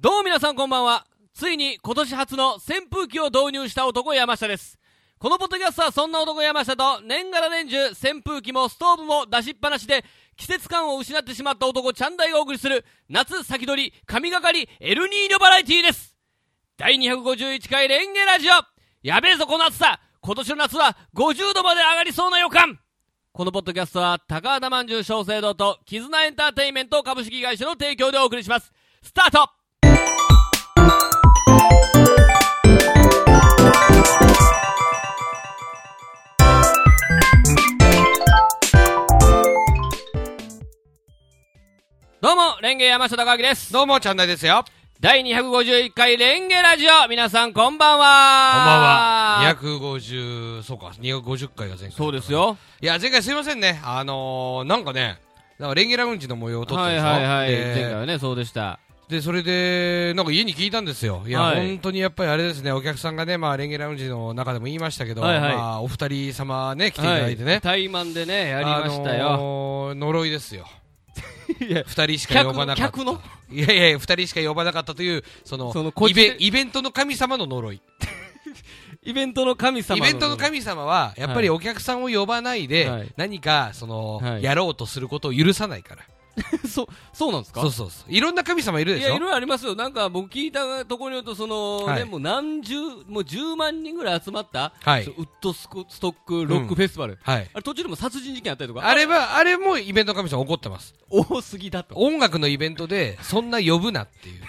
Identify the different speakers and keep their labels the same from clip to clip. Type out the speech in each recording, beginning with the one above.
Speaker 1: どうも皆さんこんばんは。ついに今年初の扇風機を導入した男山下です。このポッドキャストはそんな男山下と年がら年中扇風機もストーブも出しっぱなしで季節感を失ってしまった男チャンダイがお送りする夏先取り神がかりエルニーニョバラエティーです。第251回レンゲラジオやべえぞこの暑さ今年の夏は50度まで上がりそうな予感このポッドキャストは高畑まんじゅう小生堂と絆エンターテインメント株式会社の提供でお送りします。スタートどうも、レンゲ山下隆明です。
Speaker 2: どうも、チャンネルですよ。
Speaker 1: 第251回レンゲラジオ皆さんこんばんはこん
Speaker 2: こんばんは。250、そうか、250回が前回。
Speaker 1: そうです。よ。
Speaker 2: いや、前回すいませんね。あのー、なんかね、なんかレンゲラウンジの模様を撮って
Speaker 1: は
Speaker 2: る
Speaker 1: い
Speaker 2: でしょ。
Speaker 1: はいはい。
Speaker 2: で
Speaker 1: 前回はね、そうでした。
Speaker 2: で、それで、なんか家に聞いたんですよ。いや、
Speaker 1: はい
Speaker 2: 本当にやっぱりあれですね、お客さんがね、まあ、レンゲラウンジの中でも言いましたけど、
Speaker 1: はいはい
Speaker 2: まあ、お二人様ね、来ていただいてね。
Speaker 1: 対マンでね、やりました
Speaker 2: あ
Speaker 1: よ。
Speaker 2: のー呪いですよ。
Speaker 1: いや
Speaker 2: 二人しか呼ば
Speaker 1: 客
Speaker 2: な
Speaker 1: の、
Speaker 2: かった。
Speaker 1: 客の
Speaker 2: いやいやいや、二人しか呼ばなかったという、その、
Speaker 1: その個
Speaker 2: イ
Speaker 1: 人
Speaker 2: ベイベントの神様の呪い。
Speaker 1: イベントの神様
Speaker 2: イベントの神様は、やっぱりお客さんを呼ばないで、
Speaker 1: はい
Speaker 2: 何か、その、
Speaker 1: はい
Speaker 2: やろうとすることを許さないから。
Speaker 1: そう、そうなんですか
Speaker 2: そうそうそう。いろんな神様いるで
Speaker 1: い
Speaker 2: し
Speaker 1: や、
Speaker 2: ょ
Speaker 1: いろいろありますよ。なんか僕聞いたところによると、その、
Speaker 2: はい
Speaker 1: ね、もう何十、もう10万人ぐらい集まった、
Speaker 2: はい
Speaker 1: ウッドスコストックロックフェスティバル。
Speaker 2: はい。
Speaker 1: あれ途中でも殺人事件あったりとか、
Speaker 2: あれは、あれもイベントの神様怒っ てます。
Speaker 1: 多すぎだと。
Speaker 2: 音楽のイベントで、そんな呼ぶなっ ていう。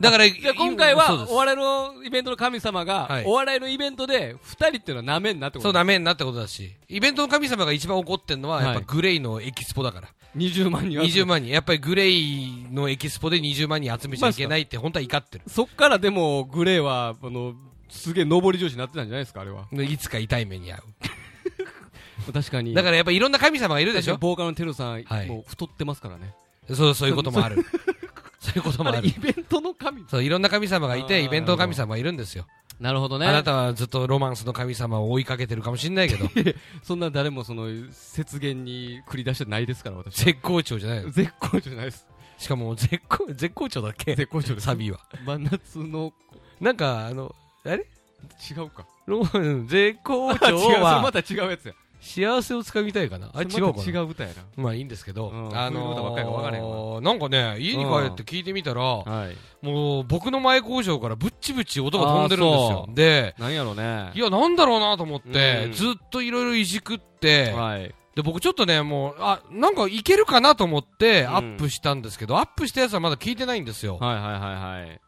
Speaker 2: だから、
Speaker 1: じゃあ今回
Speaker 2: そう
Speaker 1: は
Speaker 2: です
Speaker 1: お笑いのイベントの神様が、
Speaker 2: はい
Speaker 1: お笑いのイベントで二人っていうのはなめんなってこ
Speaker 2: そう、
Speaker 1: と
Speaker 2: ダメになったことだし、イベントの神様が一番怒ってるのは、
Speaker 1: はい
Speaker 2: やっぱグレイのエキスポだから。
Speaker 1: 20万人は
Speaker 2: 20万人。やっぱりグレイのエキスポで20万人集めちゃいけないって、本当は怒ってる。
Speaker 1: そっからでもグレーはあのすげえ上り調子になってたんじゃないですかあれは
Speaker 2: いつか痛い目に遭う。
Speaker 1: 確かに
Speaker 2: だ
Speaker 1: か
Speaker 2: からやっぱいろんな神様がいるでしょ
Speaker 1: ボーカルのテルさん、
Speaker 2: はい
Speaker 1: もう太ってますからね
Speaker 2: そう、そういうこともある。そういうことも
Speaker 1: あ
Speaker 2: あ
Speaker 1: れ
Speaker 2: る
Speaker 1: イ。ベントの神
Speaker 2: そう、いろんな神様がい
Speaker 1: あ
Speaker 2: て、
Speaker 1: ー
Speaker 2: イベントの神様がいるんですよ。
Speaker 1: なるほど
Speaker 2: あなたはずっとロマンスの神様を追いかけてるかもしれないけ ど、
Speaker 1: そんな誰もその雪原に繰り出してないですから私は
Speaker 2: 絶好調じゃないの。
Speaker 1: 絶好調じゃないです
Speaker 2: しかも、絶好、絶好調だっけ
Speaker 1: 絶好調です
Speaker 2: サビは。
Speaker 1: 真夏の
Speaker 2: なんか、あの、あれ
Speaker 1: 違うか
Speaker 2: ロマン、絶好
Speaker 1: あ違
Speaker 2: 調
Speaker 1: うそれま
Speaker 2: は、
Speaker 1: た違うやつや
Speaker 2: 幸せをつかみたいかな。あ、違
Speaker 1: それま
Speaker 2: う
Speaker 1: た
Speaker 2: か
Speaker 1: 違
Speaker 2: な。
Speaker 1: う歌や
Speaker 2: まあいいんですけど、
Speaker 1: うん
Speaker 2: あ
Speaker 1: そういうことばっ
Speaker 2: の
Speaker 1: かりが分からへん
Speaker 2: ー、なんかね、家に帰って聞いてみたら、
Speaker 1: なはい
Speaker 2: もう僕の前工場からぶっちぶち音が飛んでるん
Speaker 1: あ
Speaker 2: です
Speaker 1: ー
Speaker 2: よ
Speaker 1: そ。
Speaker 2: で、
Speaker 1: なんやろね
Speaker 2: いや、なんだろうなと思って、
Speaker 1: うん
Speaker 2: ずっといろいろいじくって、
Speaker 1: はい
Speaker 2: で、僕ちょっとね、もう、あ、なんかいけるかなと思っ
Speaker 1: う
Speaker 2: て、
Speaker 1: ん
Speaker 2: アップしたんですけど、アップしたやつはまだ聞いてないんですよ。
Speaker 1: はいはいはいはい。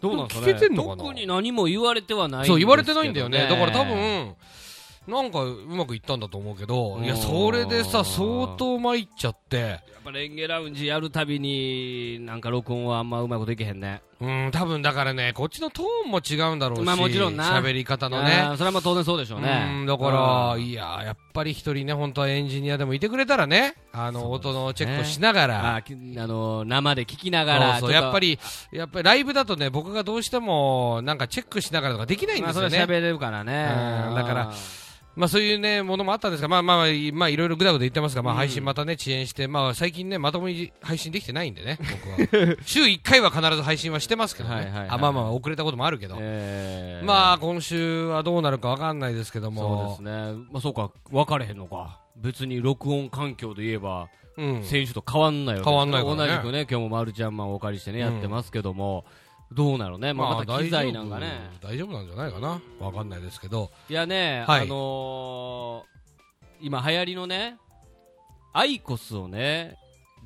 Speaker 1: どうなんですか
Speaker 2: で
Speaker 1: ね
Speaker 2: も聞けてんのかな
Speaker 1: 特に何も言われてはないんですけど、ね。
Speaker 2: そう、言われてないんだよね。だから多。分、なんかうまくいったんだと思うけど、いや、
Speaker 1: うん
Speaker 2: それでさ、相当参っちゃって、
Speaker 1: やっぱレンゲラウンジやるたびに、なんか録音はあんまうまいこといけへんね。
Speaker 2: うん、多分だからね、こっちのトーンも違うんだろうし、
Speaker 1: まあもちろんな
Speaker 2: 喋り方の
Speaker 1: あ
Speaker 2: ね。
Speaker 1: ーそれはまあ当然そうでしょうね。
Speaker 2: うん、だから、
Speaker 1: うん
Speaker 2: いや、やっぱり一人ね、本当はエンジニアでもいてくれたらね、あの、
Speaker 1: そうですね
Speaker 2: 音のチェックをしながら、
Speaker 1: あーきあのー生で聞きながら。
Speaker 2: そうそうやっぱ
Speaker 1: り。
Speaker 2: り、やっぱりライブだとね、僕がどうしても、なんかチェックしながらとかできないん
Speaker 1: ま
Speaker 2: で
Speaker 1: あ
Speaker 2: す
Speaker 1: そ
Speaker 2: よ
Speaker 1: れ
Speaker 2: ね。
Speaker 1: は喋れるからね。
Speaker 2: うんだから
Speaker 1: あー、
Speaker 2: まあそういうね、ものもあったんですが、まあまあまあ、いまあいろいろぐだぐだ言ってますが、まあ
Speaker 1: うん
Speaker 2: 配信またね、遅延して、まあ最近ね、まともに配信できてないんでね、僕 は。週1回は必ず配信はしてますけど
Speaker 1: はいはいは
Speaker 2: ね
Speaker 1: い。
Speaker 2: あまあまあ遅れたこともあるけど。
Speaker 1: えー
Speaker 2: まあ今週はどうなるかわかんないですけ
Speaker 1: そ
Speaker 2: ど
Speaker 1: うで
Speaker 2: も
Speaker 1: す。ね。まあそうか、分かれへんのか。別に録音環境で言えば、
Speaker 2: うん。
Speaker 1: 選手と変わんないわけです
Speaker 2: 変わんないからね
Speaker 1: 同じくね今日もマルちゃんマンをお借りしてね、
Speaker 2: うん
Speaker 1: やってますけどもどうなのね、まあ、また機材なんかね、
Speaker 2: 大丈夫大丈夫なんじゃないかな。わかんないですけど。
Speaker 1: いやね、
Speaker 2: はい
Speaker 1: あのー、今流行りのねアイコスをね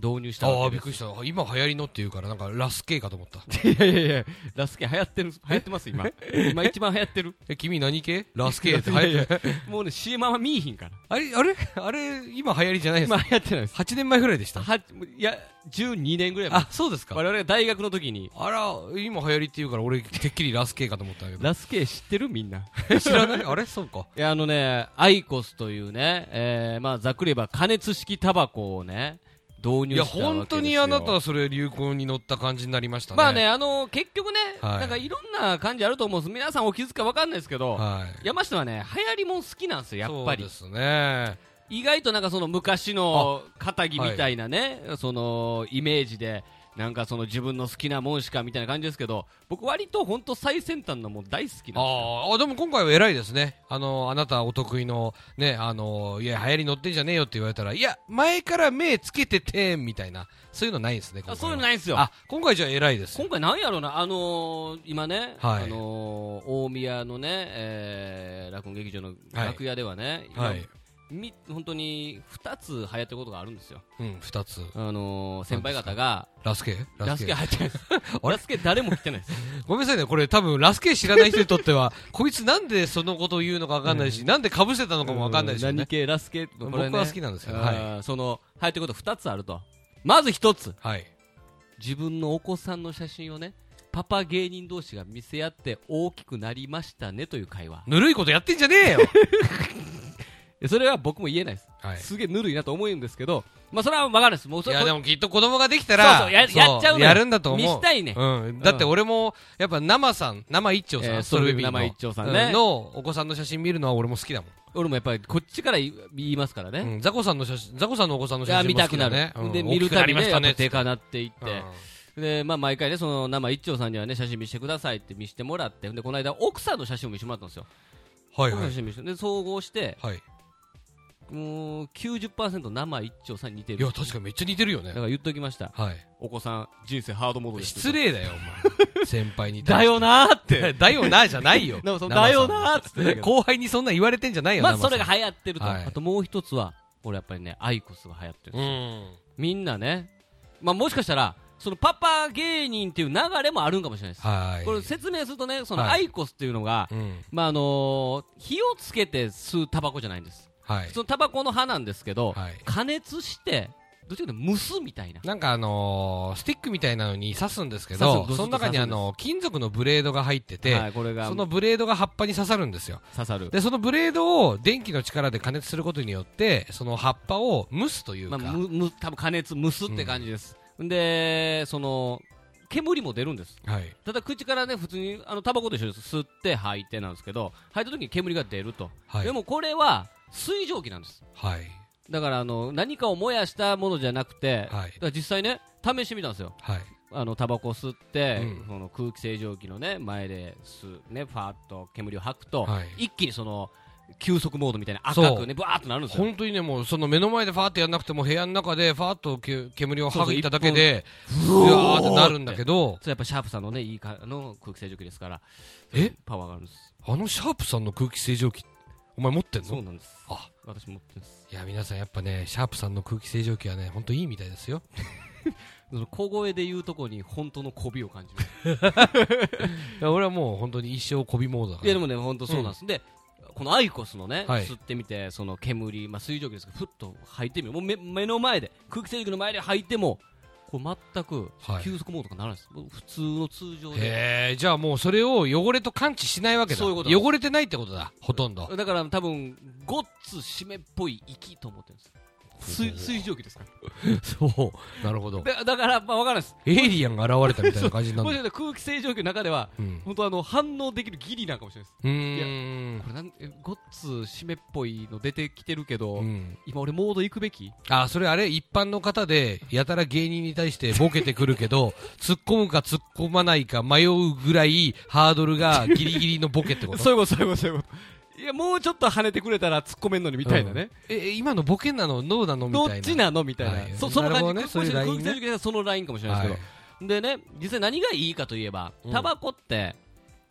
Speaker 1: 導入した
Speaker 2: ああ、
Speaker 1: わ
Speaker 2: び
Speaker 1: け
Speaker 2: っ
Speaker 1: です
Speaker 2: くりした。今流行りのっていうから、なんかラス系かと思 った。
Speaker 1: いやいやいやラスケ流行ってる流行ってます 今今一番流行ってる
Speaker 2: え、君何系ラス系って
Speaker 1: い
Speaker 2: 流
Speaker 1: やい
Speaker 2: 行
Speaker 1: や
Speaker 2: ってる。
Speaker 1: もうね CM は見いひんから
Speaker 2: あれ、あれ あれ、今流行りじゃないです
Speaker 1: 今
Speaker 2: か
Speaker 1: 流行ってないです
Speaker 2: ?8 年前ぐらいでした。
Speaker 1: はいや12年ぐらい前
Speaker 2: あ、そうですか。
Speaker 1: 我々が大学の時に
Speaker 2: あら、今流行りって言うから俺、てっきりラス系かと思ったんだ
Speaker 1: ラスケ知ってるみん な
Speaker 2: けど。知らないあれ そうか。
Speaker 1: いやあのね、アイコスというね、えーまあ、ざっくり言えば加熱式タバコをね、導
Speaker 2: い
Speaker 1: 入
Speaker 2: や、
Speaker 1: したわけですよ
Speaker 2: 本当にあなたはそれ流行に乗った感じになりましたね。
Speaker 1: まあね、。あの結局ね、
Speaker 2: はい
Speaker 1: なんかいろんな感じあると思うんです、皆さんお気づくかわかんないですけど、
Speaker 2: はい。
Speaker 1: 山下はね、流行りもん好きなんですよ、やっぱ
Speaker 2: そう
Speaker 1: り
Speaker 2: で。すね。
Speaker 1: 意外となんかその昔の肩着みたいなね、そのイメージで、なんかその自分の好きなもんしかみたいな感じですけど僕割と本当最先端のもん大好きなんで
Speaker 2: あーあでも今回は偉いですねあのあなたお得意のねあのいや流行り乗ってんじゃねえよって言われたらいや前から目つけててみたいなそういうのないですね今回
Speaker 1: あ
Speaker 2: は
Speaker 1: そういうのないんですよ
Speaker 2: あ今回じゃあ偉いです
Speaker 1: 今回なんやろうなあのー今ね、
Speaker 2: はい
Speaker 1: あのー大宮のね、えー、落語劇場の
Speaker 2: はい
Speaker 1: 楽屋ではね、
Speaker 2: はい
Speaker 1: 今み本当に2つ流行ってることがあるんですよ、
Speaker 2: うん二つ
Speaker 1: あのー先輩方が
Speaker 2: ラスケ
Speaker 1: ラスケ入ってないですラスケ誰も来てないです
Speaker 2: ごめんなさいねこれ多分ラスケ知らない人にとって はこいつなんでそのことを言うのか分かんないし、なんでかぶせたのかも分かんないし
Speaker 1: 何
Speaker 2: ね
Speaker 1: 系ラスケこれね
Speaker 2: 僕は好きなんですけど
Speaker 1: あーその流行ってること2つあるとまず1つ
Speaker 2: はい
Speaker 1: 自分のお子さんの写真をねパパ芸人同士が見せ合って大きくなりましたねという会話
Speaker 2: ぬるいことやってんじゃねえよ、
Speaker 1: そ れは僕も言えないです
Speaker 2: はい、
Speaker 1: すげえぬるいなと思うんですけど、まあ、それは分からないです、もうそ
Speaker 2: いや
Speaker 1: こ
Speaker 2: で
Speaker 1: れ
Speaker 2: もきっと子供ができたら
Speaker 1: そうそうややっちゃうのよ
Speaker 2: やるんだと思う
Speaker 1: 見したいね
Speaker 2: うん、だって俺もやっぱ生さん生一丁さん、
Speaker 1: えー
Speaker 2: ストロベリーの
Speaker 1: 生一丁さんね
Speaker 2: うのお子さんの写真見るのは俺も好きだも
Speaker 1: 俺もやっぱりこっちから言いますから
Speaker 2: ん、
Speaker 1: ね、
Speaker 2: うん、ザコさんの写真ザコさんのお子さんの
Speaker 1: い
Speaker 2: 写
Speaker 1: や
Speaker 2: 真
Speaker 1: 見
Speaker 2: も好
Speaker 1: た
Speaker 2: き
Speaker 1: く
Speaker 2: だ
Speaker 1: な
Speaker 2: ね
Speaker 1: る、
Speaker 2: うん
Speaker 1: で
Speaker 2: 大
Speaker 1: 見
Speaker 2: き
Speaker 1: る
Speaker 2: くな
Speaker 1: たび
Speaker 2: りま
Speaker 1: ね、
Speaker 2: し
Speaker 1: や
Speaker 2: た
Speaker 1: っぱ
Speaker 2: ね
Speaker 1: でかなっていって、
Speaker 2: うん
Speaker 1: でまあ、毎回ね、その生一丁さんにはね、写真見せてくださいって見せてもらって、でこの間、奥さんの写真を見せてもらったんですよ、
Speaker 2: は
Speaker 1: 奥
Speaker 2: い
Speaker 1: さん
Speaker 2: は
Speaker 1: の
Speaker 2: い
Speaker 1: 写真見せてで総合して、
Speaker 2: はい
Speaker 1: もう90%生一丁さんに似て
Speaker 2: い
Speaker 1: る
Speaker 2: や、確かにめっちゃ似てるよね
Speaker 1: だから言っときました、
Speaker 2: はい
Speaker 1: お子さん、人生ハードモードです
Speaker 2: 失礼だよお 前先輩に対
Speaker 1: だ
Speaker 2: して
Speaker 1: よなーって、
Speaker 2: だよなじゃないよ
Speaker 1: なんかその
Speaker 2: 生さ
Speaker 1: だよ
Speaker 2: ん
Speaker 1: なーっつってたけど。
Speaker 2: 後輩にそんな言われてんじゃないよ
Speaker 1: ま
Speaker 2: 生
Speaker 1: ず
Speaker 2: さ
Speaker 1: そ
Speaker 2: ん
Speaker 1: れが流行ってると、
Speaker 2: はい
Speaker 1: あともう一つは、俺やっぱりね、アイコスが流行ってるんですよ
Speaker 2: うん
Speaker 1: みんなね、まあ、もしかしたら、そのパパ芸人っていう流れもあるんかもしれないです。
Speaker 2: はい
Speaker 1: これ説明するとね、その
Speaker 2: は
Speaker 1: ア
Speaker 2: い
Speaker 1: イコスっていうのが、
Speaker 2: うん
Speaker 1: まああのー火をつけて吸うタバコじゃないんです。
Speaker 2: はい
Speaker 1: そのタバコの葉なんですけど、
Speaker 2: はい
Speaker 1: 加熱して、どっちかというと蒸すみたいな。
Speaker 2: なんかあのースティックみたいなのに刺すんですけ
Speaker 1: 刺
Speaker 2: ど、
Speaker 1: す
Speaker 2: その中にあのー金属のブレードが入ってて、
Speaker 1: はい、これが
Speaker 2: そのブレードが葉っぱに刺さるんですよ。
Speaker 1: 刺さる。
Speaker 2: で、そのブレードを電気の力で加熱することによって、その葉っぱを蒸すという
Speaker 1: ま
Speaker 2: か、
Speaker 1: あ、むむ多分加熱、蒸すって感じです。で、その、煙も出るんです。
Speaker 2: はい。
Speaker 1: ただ口からね普通にあのタバコと一緒です吸って吐いてなんですけど吐いた時に煙が出ると、
Speaker 2: はい
Speaker 1: でもこれは水蒸気なんです
Speaker 2: はい。
Speaker 1: だからあの何かを燃やしたものじゃなくて、
Speaker 2: はい
Speaker 1: だから実際ね試してみたんですよ
Speaker 2: はい。
Speaker 1: あのタバコ吸って、
Speaker 2: うん
Speaker 1: その空気清浄機のね前で吸うねファーッと煙を吐くと、
Speaker 2: はい
Speaker 1: 一気にその急速モードみたいな赤くねブワーッとなるんですよ
Speaker 2: 本当にね、もうその目の前でファーってやんなくても、部屋の中でファーっとけ煙を
Speaker 1: そうそう
Speaker 2: 吐いただけで、う
Speaker 1: 本
Speaker 2: わーってなるんだけど、
Speaker 1: それやっぱシャープさんのねいいかの空気清浄機ですから
Speaker 2: え
Speaker 1: パワーがあるんです
Speaker 2: あのシャープさんの空気清浄機、お前持ってん
Speaker 1: そ
Speaker 2: の
Speaker 1: うなんです
Speaker 2: あ
Speaker 1: 私持ってます
Speaker 2: いや、皆さんやっぱね、シャープさんの空気清浄機はね、ほんといいみたいですよ。
Speaker 1: その小声で言うとこに本当の媚びを感じる
Speaker 2: いや俺はもう本当に一生こびモードだか
Speaker 1: いや
Speaker 2: ら
Speaker 1: でもね本当そうなんです、でこのアイコスのね、
Speaker 2: はい
Speaker 1: 吸ってみてその煙、まあ、水蒸気ですけどふっと吐いてみるもう目目の前で空気清浄機の前で吐いてもこれ全く
Speaker 2: はい
Speaker 1: 急速モードとかならないです、もう普通の通常で
Speaker 2: へえじゃあもうそれを汚れと感知しないわけだ
Speaker 1: そういうことです
Speaker 2: 汚れてないってことだほとんど
Speaker 1: だから多分ごっつ締めっぽい息と思ってるんです水水蒸気ですか
Speaker 2: そうなるほど
Speaker 1: らだだからまあ分からないです
Speaker 2: エイリアンが現れたみたいな感じにな
Speaker 1: もしか
Speaker 2: る
Speaker 1: したら空気清浄機の中では
Speaker 2: うん
Speaker 1: 本当あの反応できるギリなんかもしれないです
Speaker 2: うーん
Speaker 1: これなんえごっつ締めっぽいの出てきてるけど、
Speaker 2: うん
Speaker 1: 今俺モード行くべき
Speaker 2: あそれあれ一般の方でやたら芸人に対してボケてくるけど 突っ込むか突っ込まないか迷うぐらいハードルがギリギリのボケっ てこと
Speaker 1: そういうことそういうことそういうこといやもうちょっと跳ねてくれたら突っ込めんのにみたいなね、
Speaker 2: うんえ今のボケなのどうなのみ
Speaker 1: ど
Speaker 2: た
Speaker 1: っ
Speaker 2: いな
Speaker 1: ちなのみたいな、
Speaker 2: はい
Speaker 1: そその感じ、
Speaker 2: なるほどね
Speaker 1: もしかしたら
Speaker 2: そう
Speaker 1: 空
Speaker 2: い
Speaker 1: 気
Speaker 2: うラインね
Speaker 1: 清浄機はそのラインかもしれない
Speaker 2: は
Speaker 1: で
Speaker 2: い
Speaker 1: すけど、でね実際何がいいかといえば
Speaker 2: うん
Speaker 1: タバコって、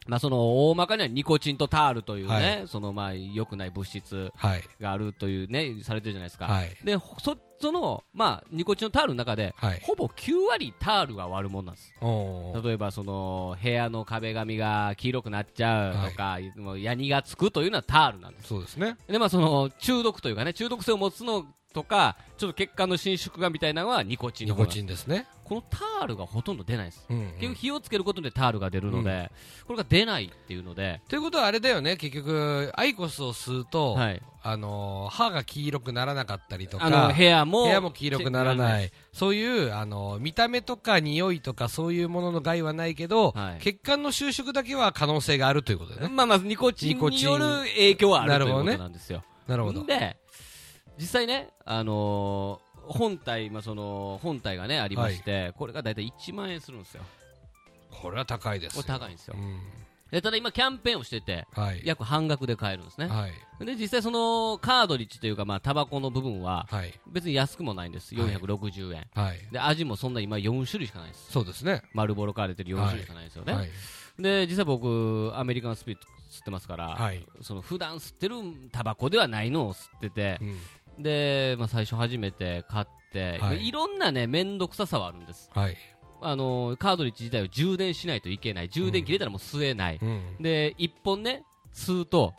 Speaker 1: まあ、その大まかにはニコチンとタールというね、
Speaker 2: は
Speaker 1: そのまあ良くない物質
Speaker 2: はい
Speaker 1: があるというねされてるじゃないですか、
Speaker 2: はい
Speaker 1: でほそその、まあ、ニコチンのタールの中で、
Speaker 2: はい
Speaker 1: ほぼ9割タールが悪者なんです
Speaker 2: おー
Speaker 1: 例えばその部屋の壁紙が黄色くなっちゃうとか、もうヤニがつくというのはタールなんです
Speaker 2: そうですね
Speaker 1: で、まあ、その中毒というかね中毒性を持つのとかちょっと血管の伸縮がみたいなのはニコチン
Speaker 2: ニ
Speaker 1: の方
Speaker 2: コ
Speaker 1: なんです
Speaker 2: チンですね
Speaker 1: このタールがほとんど出ないです、
Speaker 2: うんうん
Speaker 1: 結局火をつけることでタールが出るので、これが出ないっていうので、
Speaker 2: ということはあれだよね結局アイコスを吸うと、
Speaker 1: はい、
Speaker 2: あのー歯が黄色くならなかったりとか
Speaker 1: あの部屋も
Speaker 2: 部屋も黄色くなら
Speaker 1: なら
Speaker 2: ないそういうあのー見た目とか匂いとかそういうものの害はないけど、
Speaker 1: はい
Speaker 2: 血管の収縮だけは可能性があるということだよね
Speaker 1: まあまあニコチンによる影響はある
Speaker 2: な
Speaker 1: という
Speaker 2: るほど
Speaker 1: こ
Speaker 2: ね
Speaker 1: となんですよ
Speaker 2: なるほど
Speaker 1: で実際ね、あのー本体、まあ、その本体がねありまして、これが大体1万円するんですよ、
Speaker 2: これは高いです
Speaker 1: これ
Speaker 2: よ。
Speaker 1: 高いんですよ
Speaker 2: う、ん。
Speaker 1: でただ今、キャンペーンをしてて、
Speaker 2: はい。
Speaker 1: 約半額で買えるんですね、
Speaker 2: はい。
Speaker 1: で実際、そのカードリッジというか、まあタバコの部分は、
Speaker 2: はい。
Speaker 1: 別に安くもないんです、
Speaker 2: はい
Speaker 1: 460円、
Speaker 2: はい。
Speaker 1: で味もそんな今、4種類しかないです。
Speaker 2: そうですね。
Speaker 1: 丸ボロから出てる4種類しかないですよね、
Speaker 2: はい。
Speaker 1: で実際僕アメリカンスピリット吸ってますから、
Speaker 2: はい。
Speaker 1: その普段吸ってるタバコではないのを吸ってて
Speaker 2: う、ん。
Speaker 1: で、まあ、最初初めて買って、
Speaker 2: はい
Speaker 1: い、ろんなね面倒くささはあるんです
Speaker 2: はい。
Speaker 1: あのカードリッジ自体を充電しないといけない充電切れたらもう吸えない、
Speaker 2: うん。
Speaker 1: で1本ね吸うと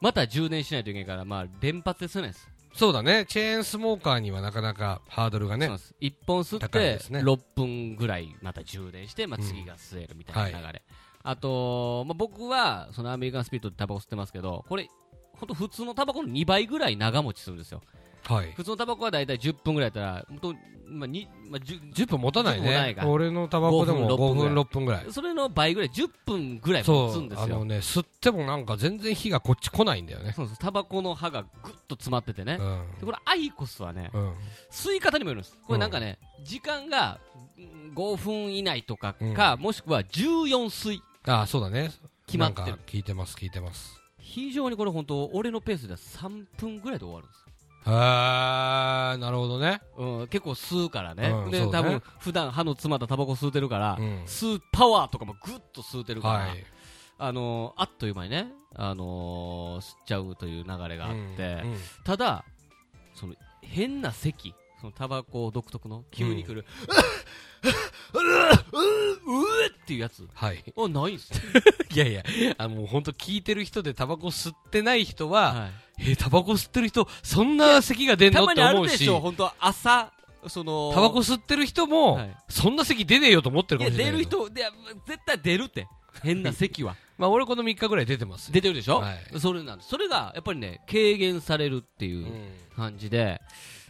Speaker 1: また充電しないといけないから、まあ、連発で吸えないです,、
Speaker 2: そうだね。チェーンスモーカーにはなかなかハードルが
Speaker 1: そう
Speaker 2: ね
Speaker 1: なん。です1本吸っ
Speaker 2: 高
Speaker 1: て
Speaker 2: いですね
Speaker 1: 6分ぐらいまた充電して、まあ、次が吸えるみたいな流れ、あと、まあ、僕はそのアメリカンスピリットでタバコ吸ってますけどこれほんと普通のタバコの2倍ぐらい長持ちするんですよ
Speaker 2: はい。
Speaker 1: 普通のタバコはだいたい10分ぐらいだったら、本当まあ、に、まあ、じゅ
Speaker 2: 10分持たない
Speaker 1: 10分もない
Speaker 2: ね
Speaker 1: か。
Speaker 2: 俺のタバコでも
Speaker 1: 5
Speaker 2: 5
Speaker 1: 分
Speaker 2: 分6分ぐらい。
Speaker 1: それの倍ぐらい、10分ぐらい持つ
Speaker 2: そ
Speaker 1: んで
Speaker 2: う。
Speaker 1: す
Speaker 2: あ
Speaker 1: よ
Speaker 2: の。ね、吸ってもなんか全然火がこっち来ないんだよね。
Speaker 1: そうそうタバコの歯がぐっと詰まっててね。
Speaker 2: う
Speaker 1: で
Speaker 2: ん。
Speaker 1: これ、アイコスはね、
Speaker 2: うん。
Speaker 1: 吸い方にもよるんです。これなんかね、時間がうん5分以内とかか、もしくは14吸い。
Speaker 2: ああ、そうだね。
Speaker 1: 決まってる
Speaker 2: なんか聞いてます、聞いてます。
Speaker 1: 非常にこれ本当、俺のペースでは3分ぐらいで終わるんですよ。
Speaker 2: へー、なるほどね。
Speaker 1: うん、結構吸うからね。
Speaker 2: うん
Speaker 1: で、
Speaker 2: そう
Speaker 1: 多
Speaker 2: だね
Speaker 1: 分、普段歯の詰まったタバコ吸うてるから、
Speaker 2: うん
Speaker 1: 吸うパワーとかもぐっと吸うてるから、
Speaker 2: はい。
Speaker 1: あのーあっという間にね、あのー吸っちゃうという流れがあって、
Speaker 2: うんうん
Speaker 1: ただその変な咳そのタバコ独特の急に来る、ううううううっていうやつ
Speaker 2: はい。
Speaker 1: あないんすよ、
Speaker 2: いやいや、あもう本当聞いてる人でタバコ吸ってない人は、
Speaker 1: は
Speaker 2: えータバコ吸ってる人、そんな咳が出
Speaker 1: い、
Speaker 2: んの
Speaker 1: た
Speaker 2: っ
Speaker 1: ま
Speaker 2: て
Speaker 1: にあ
Speaker 2: 思
Speaker 1: る
Speaker 2: う
Speaker 1: で
Speaker 2: し、
Speaker 1: しょ
Speaker 2: タ
Speaker 1: 本当は朝その
Speaker 2: バコ吸ってる人も、
Speaker 1: はい
Speaker 2: そんな咳出ねえよと思ってる
Speaker 1: い
Speaker 2: か
Speaker 1: や
Speaker 2: もしれな
Speaker 1: 出
Speaker 2: い
Speaker 1: る
Speaker 2: けど。
Speaker 1: 人いや絶対出るって変 な咳は
Speaker 2: まあ俺この3日ぐらい出てますよ。
Speaker 1: 出てるでしょ、
Speaker 2: はい
Speaker 1: それなんですそれがやっぱりね軽減されるっていうう、
Speaker 2: ん
Speaker 1: 感じで、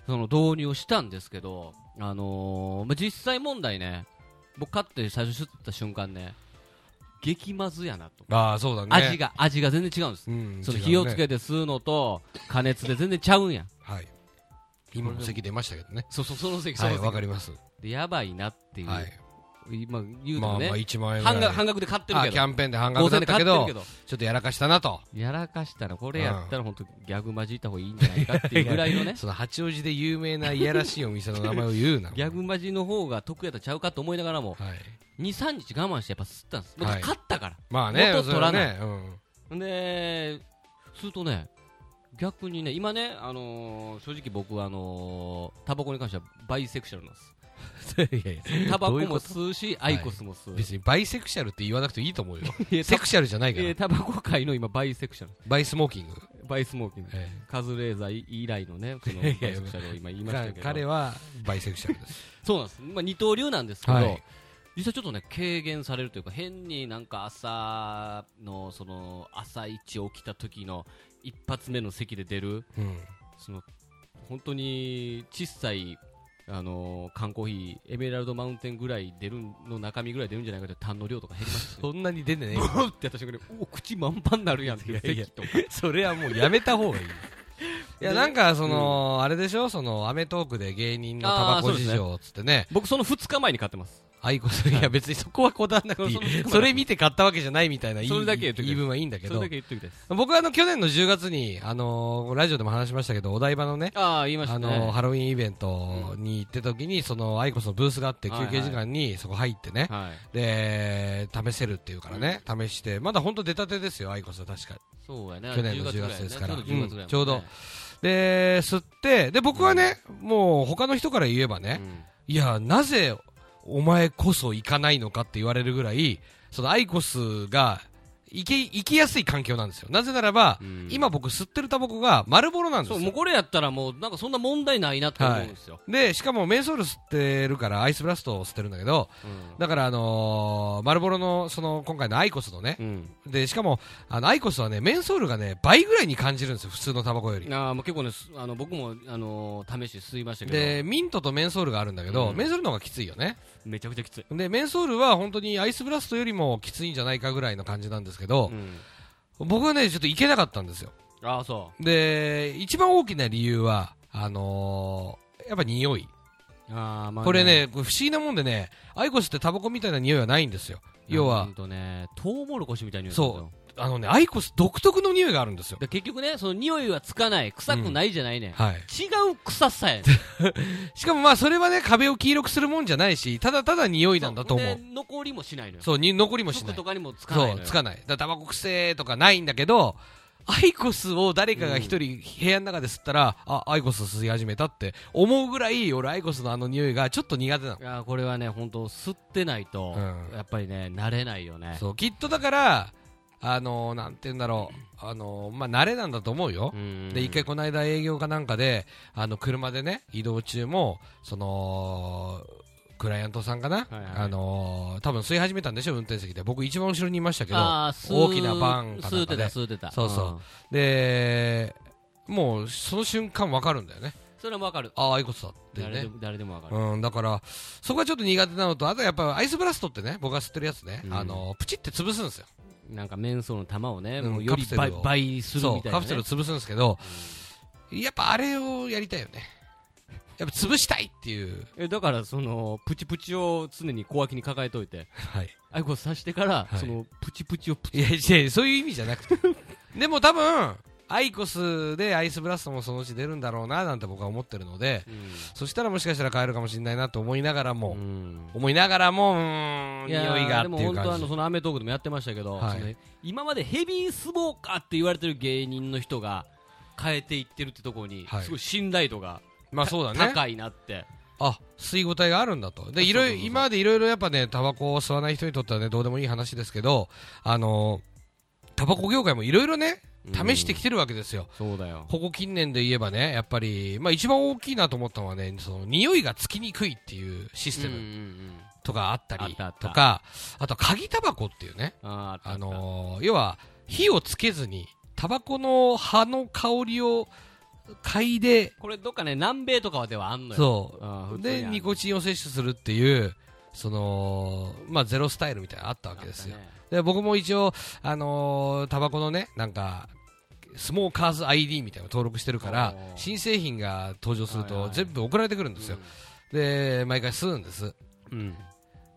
Speaker 1: その導入をしたんですけど、あのーまあ、実際問題ね、僕買って最初吸った瞬間ね、激まずやなと。
Speaker 2: ああ、そうだね。
Speaker 1: 味が、味が全然違うんです。
Speaker 2: うん、
Speaker 1: その
Speaker 2: 違うね
Speaker 1: 火をつけて吸うのと、加熱で全然ちゃうんや。
Speaker 2: はい。今も咳出ましたけどね。
Speaker 1: そうそう、その席、そ
Speaker 2: は
Speaker 1: の
Speaker 2: い、
Speaker 1: 席。
Speaker 2: わかります。
Speaker 1: で、やばいなっていう。
Speaker 2: はい。
Speaker 1: 今言う
Speaker 2: ま
Speaker 1: と
Speaker 2: あま
Speaker 1: ね、
Speaker 2: あ1万円ぐらい
Speaker 1: 半額、半額で買ってる
Speaker 2: あ
Speaker 1: け
Speaker 2: キ
Speaker 1: ど。
Speaker 2: ャンペーンで半額
Speaker 1: 5000
Speaker 2: だっ
Speaker 1: で
Speaker 2: た
Speaker 1: 買っ
Speaker 2: け
Speaker 1: てる
Speaker 2: ど
Speaker 1: け、ど。
Speaker 2: ちょっとやらかしたなと。
Speaker 1: やらかしたら、これやったら本当ギャグ混じった方がいいんじゃないかっていうぐら いのね。
Speaker 2: その八王子で有名ないやらしいお店の名前を言う な。
Speaker 1: ギャグ混じの方が得やったらちゃうかと思いながらも、
Speaker 2: はい。
Speaker 1: 23日我慢してやっぱ吸ったんです、
Speaker 2: はい
Speaker 1: 勝ったか
Speaker 2: まあね、
Speaker 1: 元取らない
Speaker 2: それはね、
Speaker 1: らでするとね逆にね今ね、あのー正直僕はあのータバコに関してはバイセクシャルなんです
Speaker 2: うん。いやいや
Speaker 1: タバコ
Speaker 2: どういう
Speaker 1: も
Speaker 2: こ
Speaker 1: 吸うしアイコスも吸う、
Speaker 2: と
Speaker 1: い
Speaker 2: 別にバイセクシャルって言わなくていいと思 うよ。
Speaker 1: や、
Speaker 2: セクシャルじゃない
Speaker 1: タ
Speaker 2: か
Speaker 1: バ
Speaker 2: ら
Speaker 1: え。タバコ界の今バイセクシャル
Speaker 2: バイスモーキング。
Speaker 1: バイスモーキング、
Speaker 2: え
Speaker 1: カズレーザー以来のねその
Speaker 2: い
Speaker 1: バ
Speaker 2: や
Speaker 1: イ
Speaker 2: いや
Speaker 1: セクシャルを今言いました
Speaker 2: え
Speaker 1: けど
Speaker 2: 彼はバイセクシャル です。
Speaker 1: そうなんです、まあ、二刀流なんですけど、
Speaker 2: はい
Speaker 1: 実際ちょっとね軽減されるというか変になんか朝のその朝一起きた時の一発目の席で出る
Speaker 2: うん。
Speaker 1: その本当に小さいあの缶コーヒーエメラルドマウンテンぐらい出るの中身ぐらい出るんじゃないかという痰の量とか減りましたね
Speaker 2: そんなに出てねえよ
Speaker 1: ブーってやった瞬間にお口満杯になるやんっていう
Speaker 2: いやいや
Speaker 1: 咳とか
Speaker 2: それはもうやめた方 がいい。いや、なんか、その、あれでしょその、アメトークで芸人のタバコ事情っつってね、
Speaker 1: 僕その2日前に買ってます
Speaker 2: アイコス、いや別にそこはこだわらなくてい
Speaker 1: そのそ
Speaker 2: い。
Speaker 1: の
Speaker 2: それ見て買ったわけじゃないみたいな言い
Speaker 1: それだけ言っとけ
Speaker 2: 言い分はいいんだけ
Speaker 1: それ
Speaker 2: ど
Speaker 1: だけ、言ってみたいです
Speaker 2: 僕はあの、去年の10月に、あのー、ラジオでも話しましたけど、お台場のね、
Speaker 1: ああ言いました
Speaker 2: あ
Speaker 1: ね
Speaker 2: のハロウィンイベントに行って時に、そのアイコスのブースがあって、
Speaker 1: はいは
Speaker 2: 休
Speaker 1: い
Speaker 2: 憩時間にそこ入ってね、
Speaker 1: はい、
Speaker 2: で試せるっていうからね、試して、まだ本当出たてですよ、アイコスは確か。
Speaker 1: そうやね
Speaker 2: 去年の
Speaker 1: 10ぐらいね
Speaker 2: 10ですから
Speaker 1: ちょうど10月ぐらい、
Speaker 2: うんちょうどで、吸って、で僕はね、もう他の人から言えばね、いや、なぜお前こそ行かないのかって言われるぐらい、そのアイコスが行け行きやすい環境なんですよ。なぜならば、
Speaker 1: うん
Speaker 2: 今僕吸ってるタバコが丸ボロなんです
Speaker 1: そ
Speaker 2: よ。
Speaker 1: うもうこれやったらもうなんかそんな問題ないなって思うんですよ、
Speaker 2: で、しかもメンソール吸ってるから、アイスブラストを吸ってるんだけど、だから、あのー、マルボロの、その、今回のアイコスのね、
Speaker 1: うん、
Speaker 2: で、しかも、あの、アイコスはね、メンソールがね、倍ぐらいに感じるんですよ、普通のタバコより。
Speaker 1: あーもう結構ねすあの僕も、あのー試して吸いましたけど
Speaker 2: で、ミントとメンソールがあるんだけど、
Speaker 1: うん
Speaker 2: メンソールの方がきついよね。
Speaker 1: めちゃくちゃきつい、
Speaker 2: で、メンソールは本当にアイスブラストよりもきついんじゃないかぐらいの感じなんですけど、僕はね、ちょっといけなかったんですよ。
Speaker 1: ああそ
Speaker 2: で、一番大きな理由は、あのーやっぱ匂い。
Speaker 1: あーまあ
Speaker 2: これね、これ不思議なもんでね、アイコスってタバコみたいな匂いはないんですよ。要
Speaker 1: う
Speaker 2: は
Speaker 1: ん、とねトウモロコシみたいな匂い
Speaker 2: そうあのね、アイコス独特の匂いがあるんですよ。
Speaker 1: で結局ねその匂いはつかない臭くないじゃないね、
Speaker 2: はい。
Speaker 1: 違う臭さ やね
Speaker 2: しかもまあ、それはね、壁を黄色くするもんじゃないし、ただただ匂いなんだと思
Speaker 1: そうで。残りもしないのよ
Speaker 2: そう、に残りもしな
Speaker 1: 服
Speaker 2: い
Speaker 1: と。かにもつかない
Speaker 2: そ
Speaker 1: の
Speaker 2: う、
Speaker 1: よ
Speaker 2: つかない。だからタバコくせーとかないんだけど、アイコスを誰かが一人部屋の中で吸ったら、あ、アイコス吸い始めたって思うぐらい、俺アイコスのあの匂いがちょっと苦手なの。
Speaker 1: いやーこれはね本当吸ってないと、
Speaker 2: うん
Speaker 1: やっぱりね慣れないよね
Speaker 2: そう、きっとだから、あのー、なんて言うんだろう、あのー、まあ、慣れなんだと思うよ。
Speaker 1: うん
Speaker 2: で、一回この間営業かなんかで、あの、車でね、移動中も、その、クライアントさんかな、
Speaker 1: いはい
Speaker 2: あのー、多分吸い始めたんでしょ、運転席で。僕一番後ろにいましたけど、
Speaker 1: あー吸う
Speaker 2: 大きなバンかな
Speaker 1: 吸
Speaker 2: ん
Speaker 1: うて
Speaker 2: かで
Speaker 1: た吸うてた
Speaker 2: そうそうんで、もうその瞬間わかるんだよね。
Speaker 1: それもわかる
Speaker 2: ああ、あいうことだって
Speaker 1: 誰で
Speaker 2: ね。
Speaker 1: も誰でもわかる
Speaker 2: うん、だから、そこがちょっと苦手なのと、あとやっぱアイスブラストってね、僕が吸ってるやつね、
Speaker 1: うん
Speaker 2: あの、プチって潰すんですよ。
Speaker 1: なんかメンソールの玉をね、
Speaker 2: うん
Speaker 1: もうより
Speaker 2: カプセル
Speaker 1: 倍
Speaker 2: を
Speaker 1: 倍する
Speaker 2: そ
Speaker 1: み
Speaker 2: う、
Speaker 1: たい
Speaker 2: カ
Speaker 1: な、
Speaker 2: プ
Speaker 1: ね、
Speaker 2: セルを潰すんですけど、やっぱあれをやりたいよね。やっぱ潰したいっていう。
Speaker 1: えだからそのプチプチを常に小脇に抱えといて
Speaker 2: はい。
Speaker 1: アイコスさしてから、
Speaker 2: はい
Speaker 1: そのプチプチをプチ
Speaker 2: いや、いやそういう意味じゃなくて。 でも多分、アイコスでアイスブラストもそのうち出るんだろうな、なんて僕は思ってるので、そしたらもしかしたら変えるかもしれないなと思いながらも、
Speaker 1: うん
Speaker 2: 思いながらも、うーん、
Speaker 1: いやー
Speaker 2: 匂いがって
Speaker 1: でも
Speaker 2: いう
Speaker 1: 本当あ
Speaker 2: 感
Speaker 1: の
Speaker 2: じ。
Speaker 1: そのアメトークでもやってましたけど、
Speaker 2: はい
Speaker 1: その今までヘビースモーカーって言われてる芸人の人が変えていってるってところに、
Speaker 2: はい
Speaker 1: すごい信頼度が、
Speaker 2: まあそうだね。
Speaker 1: 高いなって
Speaker 2: あ、吸い応えがあるんだと。で、
Speaker 1: そう
Speaker 2: い
Speaker 1: そう
Speaker 2: ろ
Speaker 1: そう
Speaker 2: いろ、今までいろいろやっぱね、タバコを吸わない人にとってはね、どうでもいい話ですけど、あの、タバコ業界もいろいろね、試してきてるわけですよ。
Speaker 1: そうだよ
Speaker 2: ここ近年で言えばね、やっぱり、まあ一番大きいなと思ったのはね、その、匂いがつきにくいっていうシステムとかあった
Speaker 1: あっ
Speaker 2: り
Speaker 1: たあった
Speaker 2: とか、あとは鍵タバコっていうね、
Speaker 1: あーあ
Speaker 2: あ
Speaker 1: の
Speaker 2: のー要は火をつけずにタバコの葉の香りを嗅いで
Speaker 1: これどっかね南米とかではあんのよ
Speaker 2: そ
Speaker 1: あー
Speaker 2: う
Speaker 1: 普通に
Speaker 2: で
Speaker 1: ある
Speaker 2: ニコチンを摂取するっていうそのまあゼロスタイルみたいなのあったわけですよ、
Speaker 1: あったね
Speaker 2: で僕も一応あのータバコのねなんかスモーカーズ ID みたいなの登録してるから
Speaker 1: おー
Speaker 2: 新製品が登場する
Speaker 1: はい
Speaker 2: と
Speaker 1: はい
Speaker 2: 全部送られてくるんですよ、で毎回吸うんです
Speaker 1: うん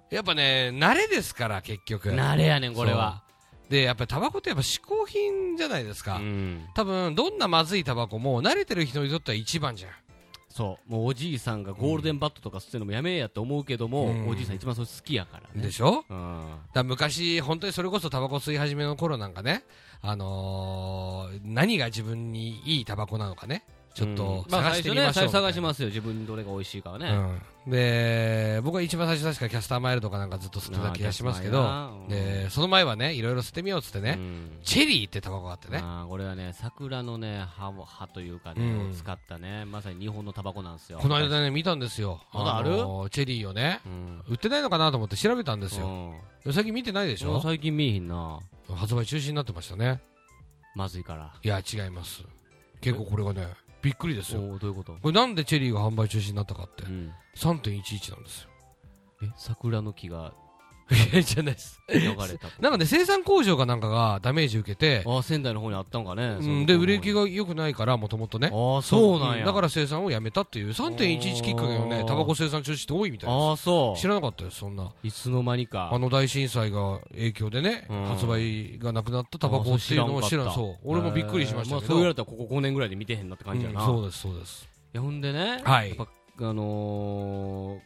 Speaker 2: やっぱね慣れですから結局
Speaker 1: 慣れやねんこれは
Speaker 2: そうでやっぱりタバコってやっぱ嗜好品じゃないですか、
Speaker 1: うん
Speaker 2: 多分どんなまずいタバコも慣れてる人にとっては一番じゃん
Speaker 1: そうもうおじいさんがゴールデンバットとか吸ってるのもやめえやって思うけども、
Speaker 2: うん
Speaker 1: おじいさん一番それ好きやからね
Speaker 2: でしょだか
Speaker 1: うん
Speaker 2: ら昔本当にそれこそタバコ吸い始めの頃なんかねあのー何が自分にいいタバコなのかねちょっと
Speaker 1: うんあ
Speaker 2: 探してみましょう
Speaker 1: 最初ね最初探し
Speaker 2: す
Speaker 1: ますよ自分にどれが美味しいかはね、
Speaker 2: うん、で僕は一番最初確かキャスターマイルとかなんかずっと吸ってた気がしますけど
Speaker 1: あー
Speaker 2: でその前はねいろいろ吸ってみようっつってね、
Speaker 1: うん
Speaker 2: チェリーってタバコがあってね
Speaker 1: あーこれはね桜のね葉を葉というかね、
Speaker 2: うん
Speaker 1: を使ったねまさに日本のタバコなんですよ
Speaker 2: この間ね見たんですよ
Speaker 1: まだある
Speaker 2: のーチェリーをね
Speaker 1: うん
Speaker 2: 売ってないのかなと思って調べたんですよ。
Speaker 1: うん
Speaker 2: 最近見てないでし
Speaker 1: 俺
Speaker 2: ょ
Speaker 1: 最近見えひんな
Speaker 2: 発売中止になってましたね。
Speaker 1: まずいから
Speaker 2: いや、違います。結構これがね、びっくりですよ。
Speaker 1: おーどういうこと、
Speaker 2: これなんでチェリーが販売中止になったかって
Speaker 1: う、ん、
Speaker 2: 3.11なんですよ。
Speaker 1: え桜の木が
Speaker 2: いや、じゃないです。
Speaker 1: 流れたと
Speaker 2: なんかね、生産工場かなんかがダメージ受けて、
Speaker 1: ああ仙台の方にあったんかね、
Speaker 2: う
Speaker 1: その
Speaker 2: ん、で、売れ行きが良くないから、もともとね。
Speaker 1: ああそうなんや
Speaker 2: だから生産をやめたっていう、3.11きっかけのね
Speaker 1: お、ー
Speaker 2: タバコ生産中止って多いみたいで
Speaker 1: ああそ
Speaker 2: す。知
Speaker 1: う
Speaker 2: らなかったよ、そんな。
Speaker 1: いつの間にか
Speaker 2: あの大震災が影響でね、
Speaker 1: うん
Speaker 2: 発売がなくなったタバコっていうのを知らん、
Speaker 1: あそう
Speaker 2: そう。俺もびっくりしました
Speaker 1: えーあ
Speaker 2: け
Speaker 1: そう言わ
Speaker 2: ど
Speaker 1: れ。たらここ5年ぐらいで見てへんなって感じやな、
Speaker 2: う
Speaker 1: い
Speaker 2: んそうです、そうです。
Speaker 1: やほんでね、
Speaker 2: はい
Speaker 1: やっぱあの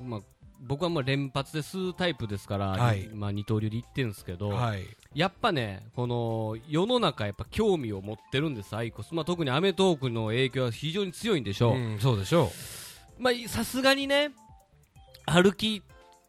Speaker 1: ーまあ僕はまあ連発で吸うタイプですから、
Speaker 2: はい
Speaker 1: まあ、二刀流で言ってるんですけど、
Speaker 2: はい。
Speaker 1: やっぱね、この世の中、やっぱ興味を持ってるんです、アイコス、まあ、特に『アメトーーク』の影響は非常に強いんでしょう、
Speaker 2: うん、そうでしょ
Speaker 1: まあさすがにね、歩き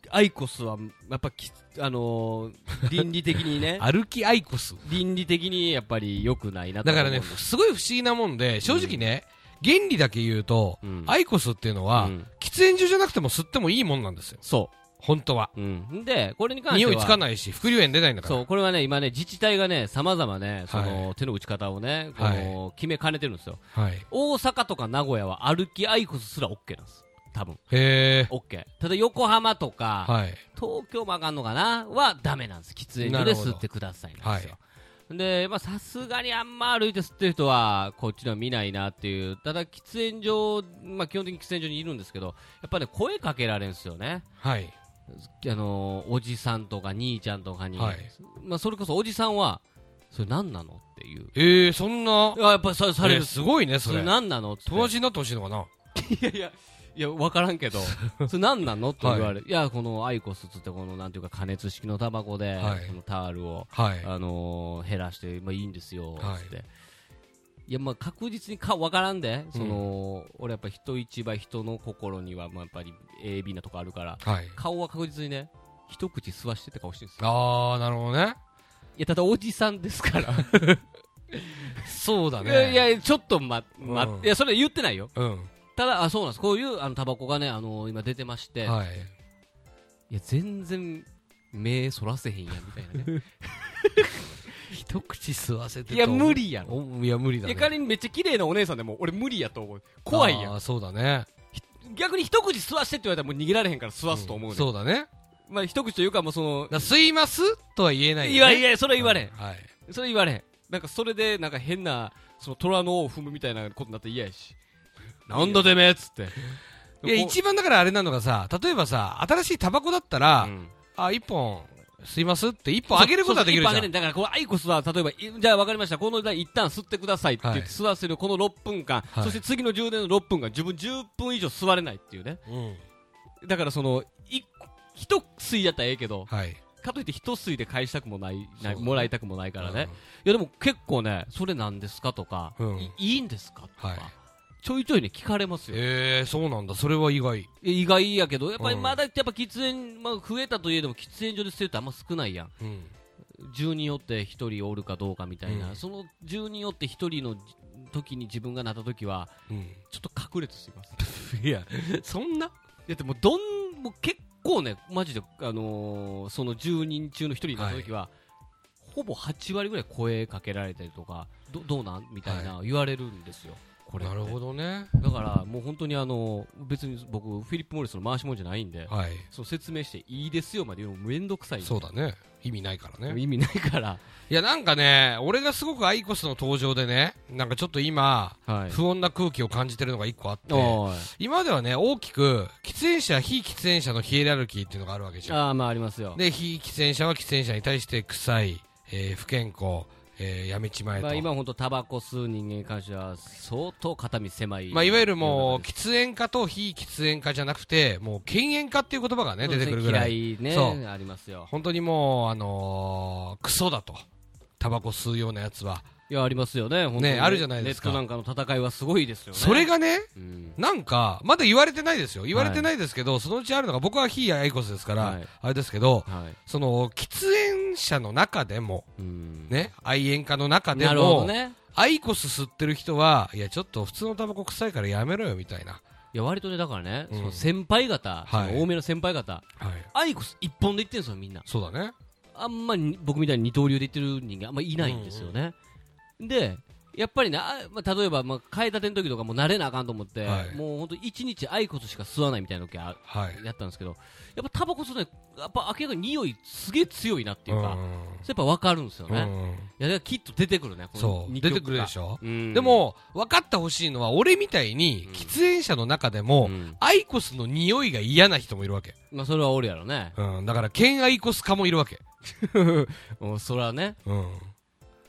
Speaker 1: アイコスはやっぱき、あの ー倫理的に
Speaker 2: う。
Speaker 1: ね、
Speaker 2: 歩きアイコス。
Speaker 1: 倫理的にやっぱり良くないなと
Speaker 2: だ
Speaker 1: 思
Speaker 2: か
Speaker 1: うん
Speaker 2: らね、
Speaker 1: です
Speaker 2: すごい不思議なもんで、正直ね、原理だけ言うと、
Speaker 1: うん
Speaker 2: アイコスっていうのは、
Speaker 1: うん
Speaker 2: 喫煙所じゃなくても吸ってもいいもんなんですよ。
Speaker 1: そう
Speaker 2: 本当は。
Speaker 1: うん、で、これに関しては、
Speaker 2: 匂いつかないし、副流煙出ないんだから。
Speaker 1: そうこれはね、今ね、自治体がね、さまざまね、その、手の打ち方をね、この決めかねてるんですよ、
Speaker 2: はい。
Speaker 1: 大阪とか名古屋は歩きアイコスすら OK なんです、多分
Speaker 2: へえ。
Speaker 1: OK、ただ横浜とか、
Speaker 2: はい。
Speaker 1: 東京もあかんのかな、はダメなんです、喫煙所で吸ってくださいなんですよ。で、まあ、さすがにあんま歩いて吸ってる人は、こっちのは見ないなっていう。ただ、喫煙所、まあ、基本的に喫煙所にいるんですけど、やっぱね、声かけられるんですよね。
Speaker 2: はい。
Speaker 1: あのーおじさんとか兄ちゃんとかに。
Speaker 2: はい
Speaker 1: まあ、それこそおじさんは、それ何なのっていう。
Speaker 2: えー、そんな、
Speaker 1: あやっぱりさされ
Speaker 2: え
Speaker 1: る
Speaker 2: ー。すごいね、そ
Speaker 1: それ
Speaker 2: れ。
Speaker 1: 何なのって。
Speaker 2: 友達になってほしいのかな。
Speaker 1: いやいや、いや、わからんけど、 それ何なのって言われる。いや、このアイコスつって、この、なんていうか、加熱式のタバコで、
Speaker 2: はい
Speaker 1: このタールを、
Speaker 2: はい。
Speaker 1: あのー減らして、まあ、いいんですよ、
Speaker 2: はい
Speaker 1: つって。いや、まあ、確実にか分からんで、その、俺やっぱ人一倍人の心には、まあ、やっぱり鋭敏なとこあるから、
Speaker 2: はい。
Speaker 1: 顔は確実にね、一口吸わしてって顔してるんですよ。
Speaker 2: あー、なるほどね。
Speaker 1: いや、ただおじさんです から。
Speaker 2: そうだ
Speaker 1: い
Speaker 2: ね。
Speaker 1: やいやいや、ちょっとま、ま、
Speaker 2: うん
Speaker 1: いや、それ言ってないよ。
Speaker 2: うん。
Speaker 1: ただ、あ、そうなんです。こういう、あの、タバコがね、あの今出てまして、
Speaker 2: はい。
Speaker 1: いや、全然、目そらせへんやん、みたいな ね。
Speaker 2: 一口吸わせて
Speaker 1: いや、無。理やろ。
Speaker 2: おいや、無理だ
Speaker 1: い
Speaker 2: ね。
Speaker 1: や、仮にめっちゃ綺麗なお姉さんでも、俺無理やと思う。怖いやん
Speaker 2: あ。ーそうだね。
Speaker 1: 逆に一口吸わしてって言われたらもう逃げられへんから吸わすと思うね、
Speaker 2: そうだね。
Speaker 1: まあ一口というかもうその
Speaker 2: だ吸いますとは言えないよね。
Speaker 1: いやいやそれは言われん
Speaker 2: はい。
Speaker 1: それ言われへんなんかそれでなんか変なその虎の尾を踏むみたいなことになって嫌やしなんだてめえっつって
Speaker 2: いや、
Speaker 1: こう
Speaker 2: 一番だからあれなのがさ、例えばさ、新しいタバコだったら、
Speaker 1: うん
Speaker 2: あ、一本、吸いますって一本あげることはできるじゃ
Speaker 1: そうそう一般あげれだ
Speaker 2: ん。
Speaker 1: からこうアイコスは例えばいじゃあ分かりましたこの間一旦吸ってくださいって言って
Speaker 2: はい
Speaker 1: 吸わせるこの6分間、
Speaker 2: はい
Speaker 1: そして次の充電の6分間自分10分以上吸われないっていうね
Speaker 2: うん。
Speaker 1: だからそのい一吸いやったらええけど
Speaker 2: はい。
Speaker 1: かといって一吸いで返したくもないない
Speaker 2: そう
Speaker 1: もらいたくもないからね、いやでも結構ね、それなんですかとか、
Speaker 2: うん
Speaker 1: いいいんですかとか、
Speaker 2: はい
Speaker 1: ちょいちょいね、聞かれます
Speaker 2: うん。
Speaker 1: よ。
Speaker 2: えー、そうなんだ。それは意外。
Speaker 1: 意外やけど、やっぱり
Speaker 2: うん
Speaker 1: まだやっぱ喫煙、まあ、増えたといえども、喫煙所で捨てるってあんま少ないやん。
Speaker 2: うん。
Speaker 1: 10人おって1人おるかどうかみたいな、
Speaker 2: うん
Speaker 1: その10人おって1人の時に自分がなった時は、
Speaker 2: うん。
Speaker 1: ちょっと確裂してます。
Speaker 2: いや、そんな
Speaker 1: だってもうどん、もう結構ね、マジで、あのーその10人中の1人になった時は、ほぼ8割ぐらい声かけられたりとか、どどうなんみたいな言われるんですよ。これっ
Speaker 2: な
Speaker 1: て
Speaker 2: るほどね。
Speaker 1: だからもう本当にあの別に僕フィリップ・モリスの回しもんじゃないんで、
Speaker 2: はい。
Speaker 1: その説明していいですよまで言うのもめんどくさいんで
Speaker 2: そうだね。意味ないからね。
Speaker 1: 意味ないから、
Speaker 2: いや、なんかね、俺がすごくアイコスの登場でね、なんかちょっと今、
Speaker 1: はい、
Speaker 2: 不穏な空気を感じてるのが一個あって、
Speaker 1: おい
Speaker 2: 今まではね、大きく、喫煙者、非喫煙者のヒエラルキーっていうのがあるわけじゃん。
Speaker 1: ああまあありますよ、
Speaker 2: で、非喫煙者は喫煙者に対して、臭い、えー不健康、えーやめちまえと。
Speaker 1: まあ、今本当タバコ吸う人間に関しては相当肩身狭い
Speaker 2: まあ、いわゆるもう、
Speaker 1: 世
Speaker 2: 喫煙家と非喫煙家じゃなくて、もう、禁煙家っていう言葉がね、
Speaker 1: の中です
Speaker 2: 出てくるぐらい。
Speaker 1: 嫌いね
Speaker 2: そう
Speaker 1: ありますよ
Speaker 2: 本当にもう、あのークソだと。タバコ吸うようなやつは。
Speaker 1: いやありますよね本当に
Speaker 2: ねあるじゃないですか
Speaker 1: ネットなんかの戦いはすごいですよね
Speaker 2: それ、がね、
Speaker 1: うん
Speaker 2: なんか、まだ言われてないですよ。言われてないですけど、そのうちあるのが、僕は非アイコスですから、
Speaker 1: はい
Speaker 2: あれですけど、
Speaker 1: はい
Speaker 2: その、喫煙者の中でも、
Speaker 1: うん
Speaker 2: ね、愛煙家の中で
Speaker 1: なるほど
Speaker 2: も、
Speaker 1: ね
Speaker 2: アイコス吸ってる人は、いや、ちょっと普通のタバコ臭いからやめろよ、みたいな。
Speaker 1: いや割とねだからね、
Speaker 2: うん
Speaker 1: その先輩方、
Speaker 2: はい
Speaker 1: その多めの先輩方
Speaker 2: はい。
Speaker 1: アイコス一本で言ってるんですよみんな
Speaker 2: そうだね。
Speaker 1: あんまり僕みたいに二刀流で行ってる人間あんまいないんですよね。で、やっぱりね、あまあ、例えば、まあ、買いたての時とかもう慣れなあかんと思って、
Speaker 2: はい
Speaker 1: もう本当一日アイコスしか吸わないみたいな時あ
Speaker 2: はい。
Speaker 1: やったんですけど、やっぱタバコ吸うね、やっぱ明らかに匂いすげえ強いなっていうか、
Speaker 2: ん
Speaker 1: それやっぱ分かるんですよね。い
Speaker 2: うん
Speaker 1: や、だからきっと出てくるね、この
Speaker 2: そう。
Speaker 1: 二
Speaker 2: 出
Speaker 1: 極化
Speaker 2: てくるでしょ。
Speaker 1: うん
Speaker 2: でも、分かってほしいのは、俺みたいに、喫煙者の中でも、
Speaker 1: うん
Speaker 2: アイコスの匂いが嫌な人もいるわけ。
Speaker 1: まあ、それはおるやろね。
Speaker 2: うん。だから、嫌アイコス家もいるわけ。
Speaker 1: うんそれはね。
Speaker 2: うん。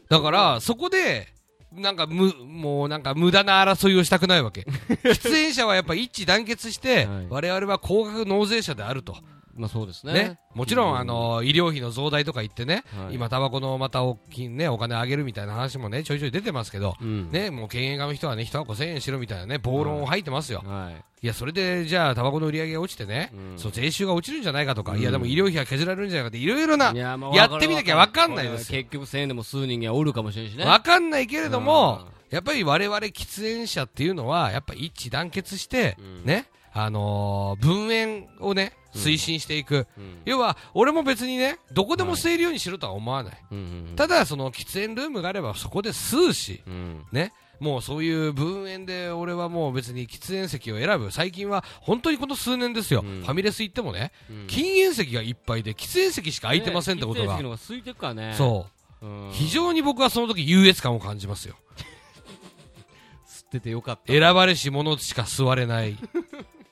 Speaker 2: だから、そこで、なんか、む、もうなんか無駄な争いをしたくないわ け。喫煙者はやっぱ一致団結して、
Speaker 1: はい
Speaker 2: 我々は高額納税者であると。
Speaker 1: まあ、そうですね。
Speaker 2: ね、もちろん、
Speaker 1: うん
Speaker 2: あの医療費の増大とか言ってね、
Speaker 1: はい
Speaker 2: 今、タバコのまた大きい、ね、お金上げるみたいな話もねちょいちょい出てますけど、
Speaker 1: うん。
Speaker 2: ね、もう経営家の人はね人は5000円しろみたいなね暴論を吐いてますよ、い、
Speaker 1: はい。
Speaker 2: やそれでじゃあ、タバコの売り上げが落ちてね、
Speaker 1: うん
Speaker 2: そう税収が落ちるんじゃないかとか、
Speaker 1: うん
Speaker 2: いやでも医療費が削られるんじゃないかって、いろいろな、
Speaker 1: いやまあ
Speaker 2: やってみなきゃわかんないですよ
Speaker 1: 結局1000円でも数人がおるかもしれんしね。
Speaker 2: わかんないけれども、やっぱり我々喫煙者っていうのは、やっぱ一致団結して、
Speaker 1: うん
Speaker 2: ね、あのー分煙をね、推進していく。
Speaker 1: うん
Speaker 2: 要は、俺も別にね、どこでも吸えるようにしろとは思わない。
Speaker 1: うんうん
Speaker 2: ただ、その喫煙ルームがあればそこで吸うし、
Speaker 1: うん
Speaker 2: ね、もうそういう分煙で俺はもう別に喫煙席を選ぶ。最近は本当にこの数年ですよ。
Speaker 1: うん
Speaker 2: ファミレス行ってもね、
Speaker 1: うん
Speaker 2: 禁煙席がいっぱいで喫煙席しか空いてませんってこと
Speaker 1: ね
Speaker 2: が。
Speaker 1: 喫煙席の方が空いてるからね。
Speaker 2: そう。
Speaker 1: うん
Speaker 2: 非常に僕はその時優越感を感じますよ。
Speaker 1: 吸っててよかった
Speaker 2: 選ばれし者しか座れない。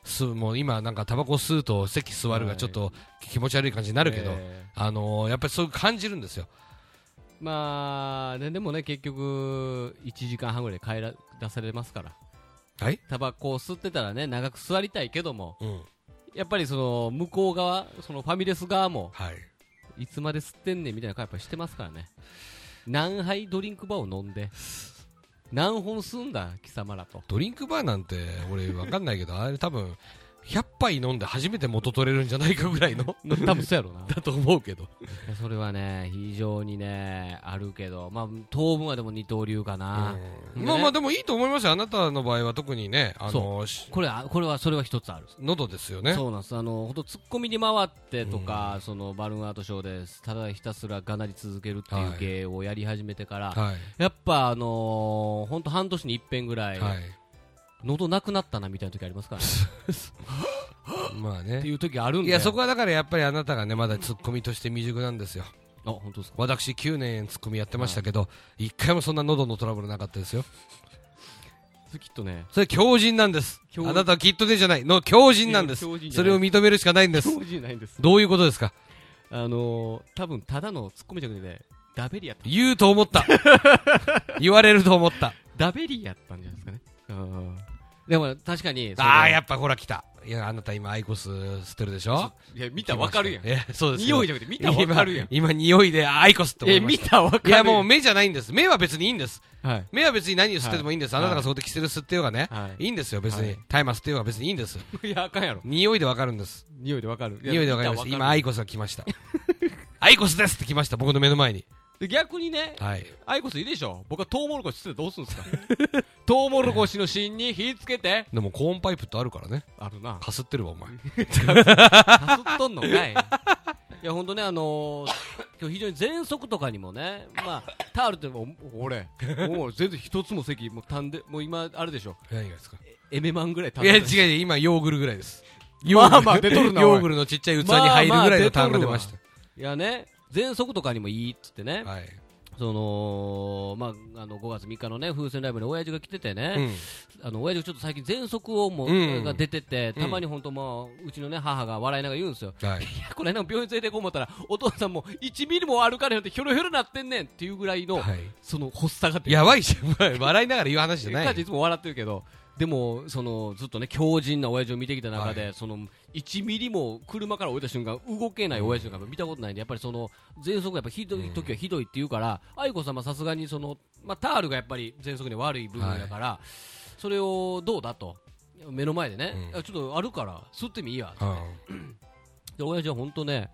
Speaker 2: すもう今なんかタバコ吸うと席座るがちょっと気持ち悪い感じになるけど、
Speaker 1: え
Speaker 2: あのーやっぱりそう感じるんですよ。
Speaker 1: ーまあねでもね結局1時間半ぐらい帰ら出されますから
Speaker 2: はい
Speaker 1: タバコを吸ってたらね長く座りたいけども
Speaker 2: うん。
Speaker 1: やっぱりその向こう側そのファミレス側も
Speaker 2: はい。
Speaker 1: いつまで吸ってんねんみたいな会やっぱしてますからね何杯ドリンクバーを飲んで何本吸うんだ貴様らと
Speaker 2: ドリンクバーなんて俺わかんないけど、あれ多分100杯飲んで初めて元取れるんじゃないかぐらいの
Speaker 1: 多分そうやろうな
Speaker 2: だと思うけど。
Speaker 1: いや それはね非常にねあるけどまあ当分はでも二刀流かな、
Speaker 2: うん
Speaker 1: ね
Speaker 2: まあまあでもいいと思いますよ。あなたの場合は特にね、あの
Speaker 1: そ
Speaker 2: ーし
Speaker 1: これあこれはそれは一つある
Speaker 2: 喉ですよね。
Speaker 1: そうなんですあの本当ツッコミに回ってとか、そのバルーンアートショーですただひたすらがなり続けるっていう芸をやり始めてから、
Speaker 2: は
Speaker 1: やっぱあの本、当半年に一遍ぐら
Speaker 2: い。
Speaker 1: い、
Speaker 2: はい。
Speaker 1: 喉なくなったなみたいな時あります からね
Speaker 2: まあ
Speaker 1: って
Speaker 2: ね。
Speaker 1: いう時あるんで
Speaker 2: いや、そこはだからやっぱりあなたがね、まだツッコミとして未熟なんですよ。
Speaker 1: あ本当ですか
Speaker 2: 私9年ツッコミやってましたけど、一回もそんな喉のトラブルなかったですよ。
Speaker 1: それきっとね
Speaker 2: それ強靭なんです。
Speaker 1: 強靭
Speaker 2: あなたはきっとねじゃない。の強靭なんです
Speaker 1: いや強靭。じゃ
Speaker 2: そ
Speaker 1: ない
Speaker 2: れを認めるしかないんです。
Speaker 1: じゃないんです
Speaker 2: どういうことですか
Speaker 1: あのー、多分ただのツッコミじゃなくてねダベリやった
Speaker 2: 言うと 思った。言われると思った。
Speaker 1: ダベリやったんじゃないですかねうんでも確かに
Speaker 2: ああ、や
Speaker 1: っ
Speaker 2: っぱほら来た。いや、あなた今アイコス捨てるでしょ
Speaker 1: いや見たらわかるやん
Speaker 2: え、そうですけど。
Speaker 1: 匂いじゃなくて見たらわかるやん
Speaker 2: 今、今匂いであアイコスって思
Speaker 1: え
Speaker 2: いま
Speaker 1: 見
Speaker 2: した。
Speaker 1: たらわか
Speaker 2: い
Speaker 1: るや
Speaker 2: や、
Speaker 1: ん
Speaker 2: もう目じゃないんです。目は別にいいんです。
Speaker 1: はい
Speaker 2: 目は別に何を吸っててもいいんです。
Speaker 1: は
Speaker 2: あ
Speaker 1: い
Speaker 2: なたがそこでキセル吸ってようがね。
Speaker 1: はい
Speaker 2: いいんですよ、別
Speaker 1: はい
Speaker 2: に。タイマー吸ってようが別にいいんです。
Speaker 1: いやあかんやろ
Speaker 2: 匂いでわかるんです。
Speaker 1: 匂いでわかる
Speaker 2: 匂いでわかりました。
Speaker 1: 見た
Speaker 2: 今、
Speaker 1: ら
Speaker 2: ア
Speaker 1: わ
Speaker 2: イコスが来ま した。アイコスですって来ました、僕の目の前に。
Speaker 1: で逆にね
Speaker 2: はい。
Speaker 1: アイコスいいでしょ僕はトウモロコシ吸ってどうすんす かトウモロコシの芯に火つけて
Speaker 2: でも、コーンパイプってあるからね。
Speaker 1: あるな
Speaker 2: かすってるわ、お前。
Speaker 1: かすっとんのかいいや本当ねあのー、今日非常に喘息とかにもねまあタオルってもう俺もう全然一つも席もうたんでもう今あれでしょ
Speaker 2: 何がですか
Speaker 1: エメマンぐらいたん
Speaker 2: いや、
Speaker 1: で
Speaker 2: 違う違う、今、ヨーグルぐらいです。
Speaker 1: まあまあ出とるな
Speaker 2: ヨ
Speaker 1: お
Speaker 2: ーグ
Speaker 1: い
Speaker 2: ルのちっちゃい器に入るぐらいのターンが出ました。
Speaker 1: いやね喘息とかにもいいっつってね、
Speaker 2: はい。
Speaker 1: そのまああの5月3日のね風船ライブに親父が来てて
Speaker 2: う
Speaker 1: ね、
Speaker 2: ん。
Speaker 1: あの親父ちょっと最近喘息をもう、
Speaker 2: うん
Speaker 1: が出ててたまに本当まあうちのね母が笑いながら言うんですよ
Speaker 2: は
Speaker 1: い
Speaker 2: い。
Speaker 1: やこれなんか病院連れてこう思ったらお父さんも1ミリも歩かれへんってひょろひょろなってんねんっていうぐらいの、
Speaker 2: はい。
Speaker 1: その発作が出て
Speaker 2: やばいじゃん お前、笑いながら言う話じゃな
Speaker 1: 彼女
Speaker 2: い。
Speaker 1: いつも笑ってるけどでもそのずっとね強靭な親父を見てきた中で、
Speaker 2: は
Speaker 1: その1ミリも車から降りた瞬間動けない親父とか見たことないんで、やっぱりその喘息がやっぱひどい時はひどいって言うから、愛子様さすがにその、まあ、タールがやっぱり喘息に悪い部分だから、それをどうだと目の前でね、
Speaker 2: うん
Speaker 1: あちょっとあるから吸ってみいいや
Speaker 2: うん。
Speaker 1: で親父は本当ね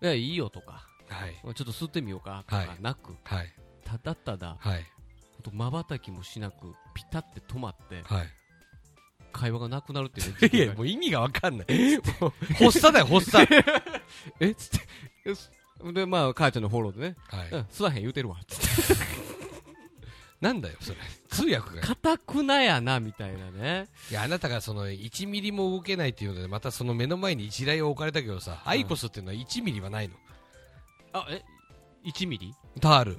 Speaker 1: いやいいよとか
Speaker 2: はい。
Speaker 1: ちょっと吸ってみようかと
Speaker 2: はい
Speaker 1: かなく、
Speaker 2: はい。
Speaker 1: ただただ
Speaker 2: はい。
Speaker 1: まばたきもしなくピタって止まって
Speaker 2: はい。
Speaker 1: 会話がなくなる っていうね
Speaker 2: いや、もう意味がわかんない。もう 発作だよ、発 作。
Speaker 1: えっ つってえすでまあ母ちゃんのフォローでね
Speaker 2: はい
Speaker 1: うんすわへん言うてるわっつって
Speaker 2: なんだよ、それ。通訳が。
Speaker 1: かたくなやなみたいなね
Speaker 2: いや、あなたがその1ミリも動けないっていうので、またその目の前に一台を置かれたけどさ、アイコスっていうのは1ミリはないの。
Speaker 1: あえ1ミリ
Speaker 2: タール。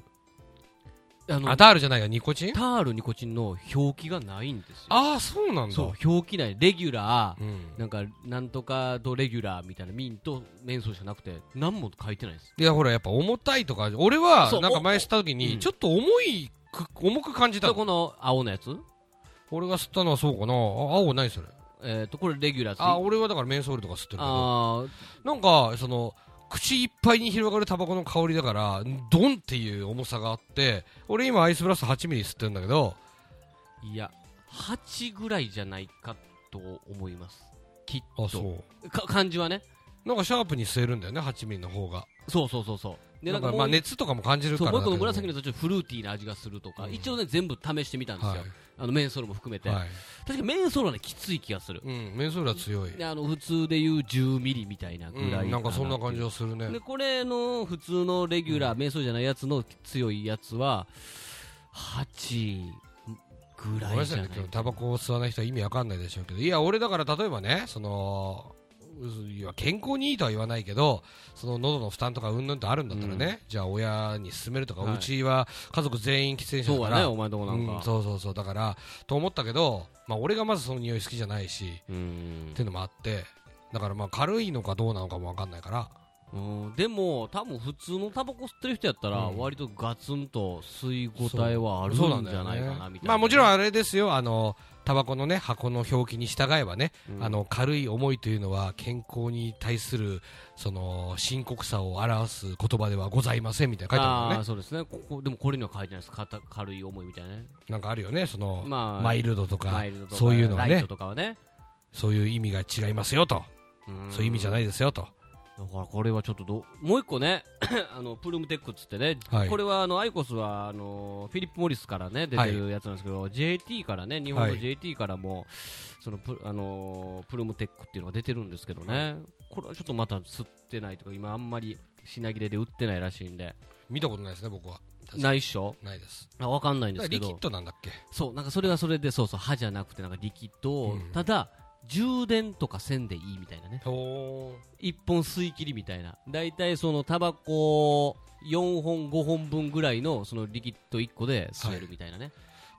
Speaker 1: あの
Speaker 2: あ、
Speaker 1: タ
Speaker 2: タールじゃないよ、ニコチン
Speaker 1: ールニコチンの表記がないんですよ
Speaker 2: ああ、そうなんだ。
Speaker 1: そう表記ないレギュラー、
Speaker 2: うん。
Speaker 1: なんかなんとかドレギュラーみたいなミンと面相じゃなくて何も書いてないです
Speaker 2: いや、ほら、やっぱ重たいとか、俺は
Speaker 1: そう、
Speaker 2: なんか前した時
Speaker 1: うん
Speaker 2: に、ちょっと重いく、重く感じた
Speaker 1: で
Speaker 2: の。
Speaker 1: この青のやつ
Speaker 2: 俺が吸ったのはそうかな。あ、青ないそれ。
Speaker 1: えっ、とこれレギュラーつい
Speaker 2: あ、俺はだからメンソールとか吸ってるけど、
Speaker 1: あー
Speaker 2: なんか、その、口いっぱいに広がるタバコの香りだから、ドンっていう重さがあって、俺今アイスブラスト8ミリ吸ってるんだけど、
Speaker 1: いや、8ぐらいじゃないかと思います。きっ
Speaker 2: あ、
Speaker 1: と。
Speaker 2: そ
Speaker 1: か感じはね。
Speaker 2: う。なんかシャープに吸えるんだよね、8ミリの方が。
Speaker 1: そうそうそうそう。で、な
Speaker 2: な
Speaker 1: んん
Speaker 2: か
Speaker 1: か
Speaker 2: ま
Speaker 1: も
Speaker 2: あ
Speaker 1: う、
Speaker 2: 熱とかも感じるか
Speaker 1: そう
Speaker 2: ら
Speaker 1: もう
Speaker 2: だ
Speaker 1: 一個
Speaker 2: けど。
Speaker 1: の紫の途中フルーティーな味がするとか、
Speaker 2: うん
Speaker 1: 一応ね、全部試してみたんですよ。
Speaker 2: はい。
Speaker 1: あの、メンソールも含めて。
Speaker 2: はい。
Speaker 1: 確かメンソールはね、きつい気がする。
Speaker 2: うん、メンソールは強い。
Speaker 1: であの、普通でいう10ミリみたいなぐらいかなってい
Speaker 2: うん、
Speaker 1: う。
Speaker 2: なんかそんな感じはするね
Speaker 1: で、。これの普通のレギュラー、メンソールじゃないやつの強いやつは、8ぐ
Speaker 2: ご
Speaker 1: ら
Speaker 2: めんない
Speaker 1: じ
Speaker 2: さ
Speaker 1: ゃな
Speaker 2: いね
Speaker 1: い、
Speaker 2: 今日タバコを吸わない人は意味わかんないでしょうけど、いや、俺だから例えばね、その、いや健康にいいとは言わないけどその喉の負担とかうんぬんとあるんだったらね、じゃあ親に勧めるとか、
Speaker 1: はいう
Speaker 2: ちは家族全員喫煙者
Speaker 1: そう
Speaker 2: だか
Speaker 1: だね
Speaker 2: ら
Speaker 1: お前のとこなん
Speaker 2: うん
Speaker 1: か
Speaker 2: そうそうそうだからと思ったけど、まあ、俺がまずその匂い好きじゃないしっ
Speaker 1: うん
Speaker 2: ていうのもあってだからまあ軽いのかどうなのかも分かんないから
Speaker 1: うんでも多分普通のタバコ吸ってる人やったら
Speaker 2: うん
Speaker 1: 割とガツンと吸い応えはあるん
Speaker 2: そうなん
Speaker 1: じ
Speaker 2: だよ
Speaker 1: ゃないかな
Speaker 2: ね
Speaker 1: みたいな、
Speaker 2: まあもちろんあれですよあのタバコのね箱の表記に従えばね、
Speaker 1: うん
Speaker 2: あの軽い思いというのは健康に対するその深刻さを表す言葉ではございませんみたいな書いてある
Speaker 1: あ
Speaker 2: よ
Speaker 1: ー
Speaker 2: ね
Speaker 1: そうですねここでもこれには書いてないですかた軽い思いみたいなね
Speaker 2: なんかあるよねその、
Speaker 1: まあ
Speaker 2: マイルドとか
Speaker 1: マイルドとか
Speaker 2: そういうのは
Speaker 1: ライ
Speaker 2: ね
Speaker 1: トとかはね
Speaker 2: そういう意味が違いますよと、
Speaker 1: ん
Speaker 2: そういう意味じゃないですよと
Speaker 1: だからこれはちょっとどうもう一個ね あのプルムテックっつってね、
Speaker 2: はい
Speaker 1: これはあのアイコスはあのフィリップ・モリスからね出てるやつなんですけど、JT からね日本
Speaker 2: は
Speaker 1: の
Speaker 2: い
Speaker 1: JT からも、そのプあのプルムテックっていうのが出てるんですけどね、これはちょっとまた吸ってないとか今あんまり品切れで売ってないらしいんで
Speaker 2: 見たことないですね僕は確かに
Speaker 1: ないっしょ
Speaker 2: ないです
Speaker 1: あわかんないん
Speaker 2: だ
Speaker 1: で
Speaker 2: から
Speaker 1: すけ
Speaker 2: リキッ
Speaker 1: ど
Speaker 2: ドなんだっけ
Speaker 1: そうなんかそれはそれでそうそう歯じゃなくてなんかリキッドを、
Speaker 2: うん
Speaker 1: ただ充電とかせんでいいみたいなね
Speaker 2: ほ
Speaker 1: 一本吸い切りみたいな大体そのタバコ4本5本分ぐらいのそのリキッド1個で吸えるみたいなね、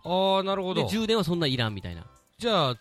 Speaker 2: ああなるほ
Speaker 1: で
Speaker 2: ど
Speaker 1: 充電はそんないらんみたいな
Speaker 2: じゃあ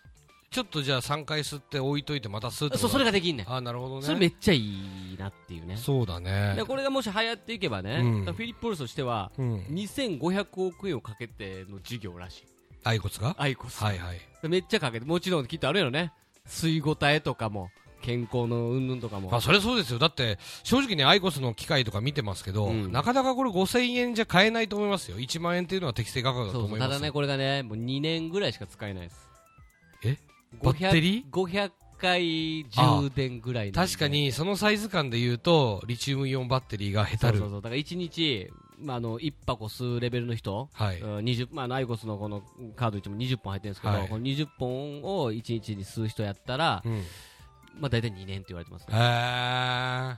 Speaker 2: ちょっとじゃあ3回吸って置いといてまた吸うって
Speaker 1: そうそれ
Speaker 2: が
Speaker 1: ができんねん
Speaker 2: ああなるほどね
Speaker 1: それめっちゃいいなっていうね
Speaker 2: そうだね
Speaker 1: でこれがもし流行っていけばね、
Speaker 2: うん
Speaker 1: だからフィリップ・ポルスとしては
Speaker 2: うん
Speaker 1: 2500億円をかけての事業らしい
Speaker 2: アイコスが
Speaker 1: アイコス、
Speaker 2: はいはい
Speaker 1: めっちゃかけてもちろんきっとあるやろね吸い応えとかも健康のうんぬんとかも
Speaker 2: あそれそうですよだって正直ねアイコスの機械とか見てますけど、
Speaker 1: うん
Speaker 2: なかなかこれ5000円じゃ買えないと思いますよ1万円っていうのは適正価格だと
Speaker 1: そう
Speaker 2: 思
Speaker 1: そ
Speaker 2: いうま
Speaker 1: た
Speaker 2: す
Speaker 1: だねこれがねもう2年ぐらいしか使えないです
Speaker 2: え
Speaker 1: 500
Speaker 2: バッテリー
Speaker 1: 500回充電ぐらいなんで
Speaker 2: 確かにそのサイズ感で言うとリチウムイオンバッテリーがへ
Speaker 1: そ
Speaker 2: た
Speaker 1: う
Speaker 2: る
Speaker 1: そうそうだから1日、まあ、あの1箱吸うレベルの人、
Speaker 2: はい、
Speaker 1: うん20まあ、あのアイコスのこのカードいつも20本入ってるんですけど、
Speaker 2: はい
Speaker 1: この20本を1日に吸う人やったら、
Speaker 2: うん、へ
Speaker 1: まあ、大体2年って言われてます
Speaker 2: えは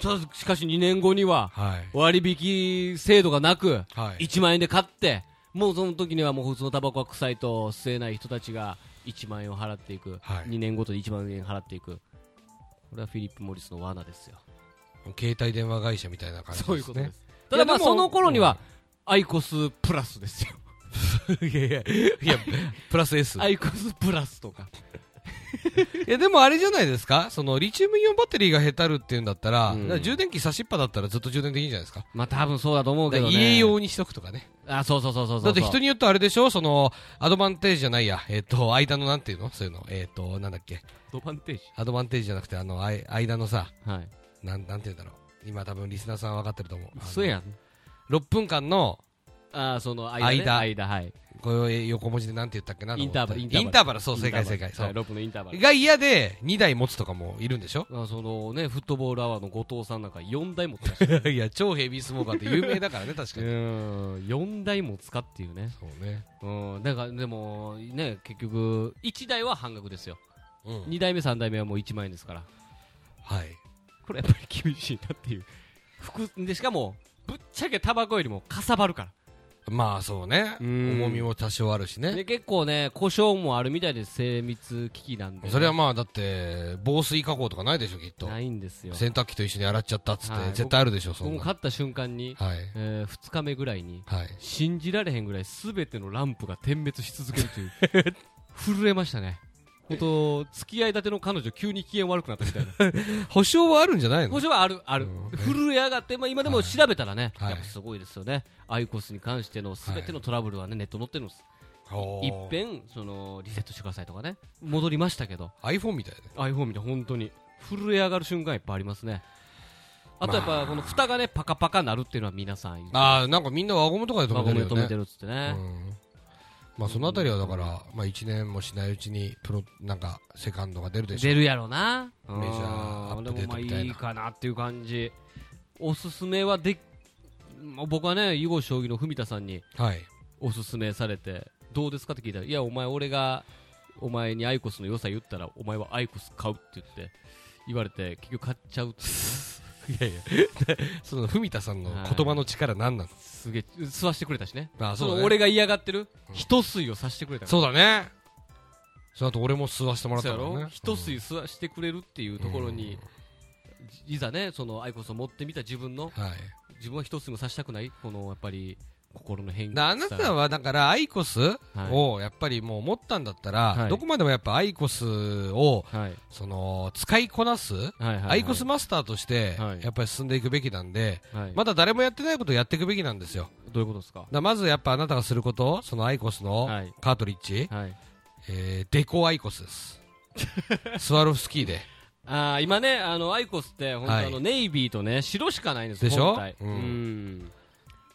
Speaker 1: ただしかし2年後にはい割引制度がなく
Speaker 2: はい
Speaker 1: 1万円で買ってもうその時にはもう普通のタバコは臭いと吸えない人たちが1万円を払っていく、
Speaker 2: はい
Speaker 1: 2年ごとに1万円払っていくこれはフィリップ・モリスの罠ですよ
Speaker 2: 携帯電話会社みたいな感じですね
Speaker 1: すただまあ
Speaker 2: いやでも
Speaker 1: その頃にはアイコスプラスですよ
Speaker 2: いやいやいやプラス S
Speaker 1: アイコスプラスとか
Speaker 2: いやでもあれじゃないですかそのリチウムイオンバッテリーがへたるっていうんだったら,、
Speaker 1: うん
Speaker 2: 充電器差しっぱだったらずっと充電できるんじゃないですか
Speaker 1: まあ多分そうだと思うけどね
Speaker 2: 家用にしとくとかね
Speaker 1: あそうそうそうそうそう
Speaker 2: だって人によってあれでしょそのアドバンテージじゃないやえっ、と間のなんていうのそういうのえっ、となんだっけ
Speaker 1: ドバンテージ
Speaker 2: アドバンテージじゃなくてあのあい間のさ
Speaker 1: はい
Speaker 2: なんなんていうんだろう今多分リスナーさん分かってると思うあの
Speaker 1: そうやん
Speaker 2: 6分間の
Speaker 1: あその間、ね、
Speaker 2: 間
Speaker 1: はい
Speaker 2: こういう横文字でなんて言ったっけな
Speaker 1: インターバル
Speaker 2: イ
Speaker 1: イ
Speaker 2: ン
Speaker 1: ン
Speaker 2: タ
Speaker 1: タ
Speaker 2: ー
Speaker 1: ー
Speaker 2: バ
Speaker 1: バ
Speaker 2: ル
Speaker 1: ル
Speaker 2: そう正解正解そう、
Speaker 1: はい、ロープのインターバル
Speaker 2: が嫌で2台持つとかもいるんで しょ
Speaker 1: あそのねフットボールアワーの後藤さんなんか4台も使っ
Speaker 2: いや超ヘビースモーカーって有名だからね確か
Speaker 1: う
Speaker 2: に
Speaker 1: ん4台も使っていうね
Speaker 2: そうね
Speaker 1: うんだからでもね結局1台は半額ですよ
Speaker 2: うん
Speaker 1: 2台目3台目はもう1万円ですから
Speaker 2: はい
Speaker 1: これやっぱり厳しいなっていう服でしかもぶっちゃけタバコよりもかさばるか
Speaker 2: まあそうね
Speaker 1: うん
Speaker 2: 重みも多少あるし
Speaker 1: ら
Speaker 2: ね
Speaker 1: で結構ね故障もあるみたいです精密機器なんで
Speaker 2: それはまあだって防水加工とかないでしょきっと
Speaker 1: ないんですよ
Speaker 2: 洗濯機と一緒に洗っちゃったっつって
Speaker 1: はい
Speaker 2: 絶対あるでしょそ
Speaker 1: 僕
Speaker 2: ん
Speaker 1: も
Speaker 2: な
Speaker 1: 買
Speaker 2: は
Speaker 1: った瞬間に、
Speaker 2: い
Speaker 1: え2日目ぐらいに
Speaker 2: はい
Speaker 1: 信じられへんぐらい全てのランプが点滅し続けるという 震えましたね本当付き合いたての彼女急に機嫌悪くなったみた いな
Speaker 2: 保証はあるんじゃないの
Speaker 1: もちろんあるある、
Speaker 2: うん
Speaker 1: 震え上がって、まあ、今でも調べたらね、
Speaker 2: はい
Speaker 1: やっぱすごいですよねアイコスに関しての全てのトラブルはね、ネット載ってるんです
Speaker 2: ほう
Speaker 1: いっぺんそのリセットしてくださいとかね戻りましたけど
Speaker 2: iPhone みたい
Speaker 1: iPhone みたいな本当に震え上がる瞬間いっぱいありますねあとやっ
Speaker 2: ま
Speaker 1: ぱ
Speaker 2: あ
Speaker 1: この蓋がねパカパカなるっていうのは皆さん言う
Speaker 2: なああなんかみんな輪ゴムとかで止
Speaker 1: 輪
Speaker 2: め
Speaker 1: ゴム
Speaker 2: てる
Speaker 1: で
Speaker 2: よ
Speaker 1: 止め
Speaker 2: ね
Speaker 1: てるっつってね、
Speaker 2: うんまあそのあたりはだからまあ1年もしないうちにプロなんかセカンドが出るでしょ
Speaker 1: 出るやろな
Speaker 2: メジャーアップデート
Speaker 1: うん
Speaker 2: みたいな
Speaker 1: でもまあいいかなっていう感じおすすめはでまあ僕はね囲碁将棋の文田さんに
Speaker 2: はい
Speaker 1: おすすめされてどうですかって聞いたらいやお前俺がお前にアイコスの良さ言ったらお前はアイコス買うって言って言われて結局買っちゃうっていう
Speaker 2: い やいやその文田さんの言葉の力何なの
Speaker 1: すげえ吸わしてくれたしね
Speaker 2: あ
Speaker 1: そ
Speaker 2: そうだ
Speaker 1: の
Speaker 2: ね
Speaker 1: 俺が嫌がってる、一吸いをさしてくれたから
Speaker 2: そうだねその後俺も吸わせてもらっ
Speaker 1: そ
Speaker 2: た
Speaker 1: う
Speaker 2: か
Speaker 1: や
Speaker 2: ら
Speaker 1: ろ
Speaker 2: ね。
Speaker 1: 一吸い吸わしてくれるっていうところに、いざねそのアイコスを持ってみた自分の
Speaker 2: はい。
Speaker 1: 自分は一吸いもさせたくないこのやっぱり心の変
Speaker 2: だ
Speaker 1: 化
Speaker 2: からあなたはだからアイコスをやっぱりもう持ったんだったら、
Speaker 1: はい
Speaker 2: どこまでもやっぱアイコスを
Speaker 1: はいはい
Speaker 2: その使いこなす、
Speaker 1: はいはい
Speaker 2: アイコスマスターとして
Speaker 1: はい
Speaker 2: やっぱり進んでいくべきなんで、
Speaker 1: はい
Speaker 2: まだ誰もやってないことをやっていくべきなんですよ。
Speaker 1: どういうことですか
Speaker 2: だからまずやっぱあなたがすること、そのアイコスの
Speaker 1: はい
Speaker 2: カートリッジ、
Speaker 1: はい
Speaker 2: えーデコアイコス です。スワロフスキーで。
Speaker 1: あー今ねあのアイコスって本当
Speaker 2: はい
Speaker 1: あのネイビーとね白しかないんです
Speaker 2: でしょ
Speaker 1: 本体
Speaker 2: う
Speaker 1: うんん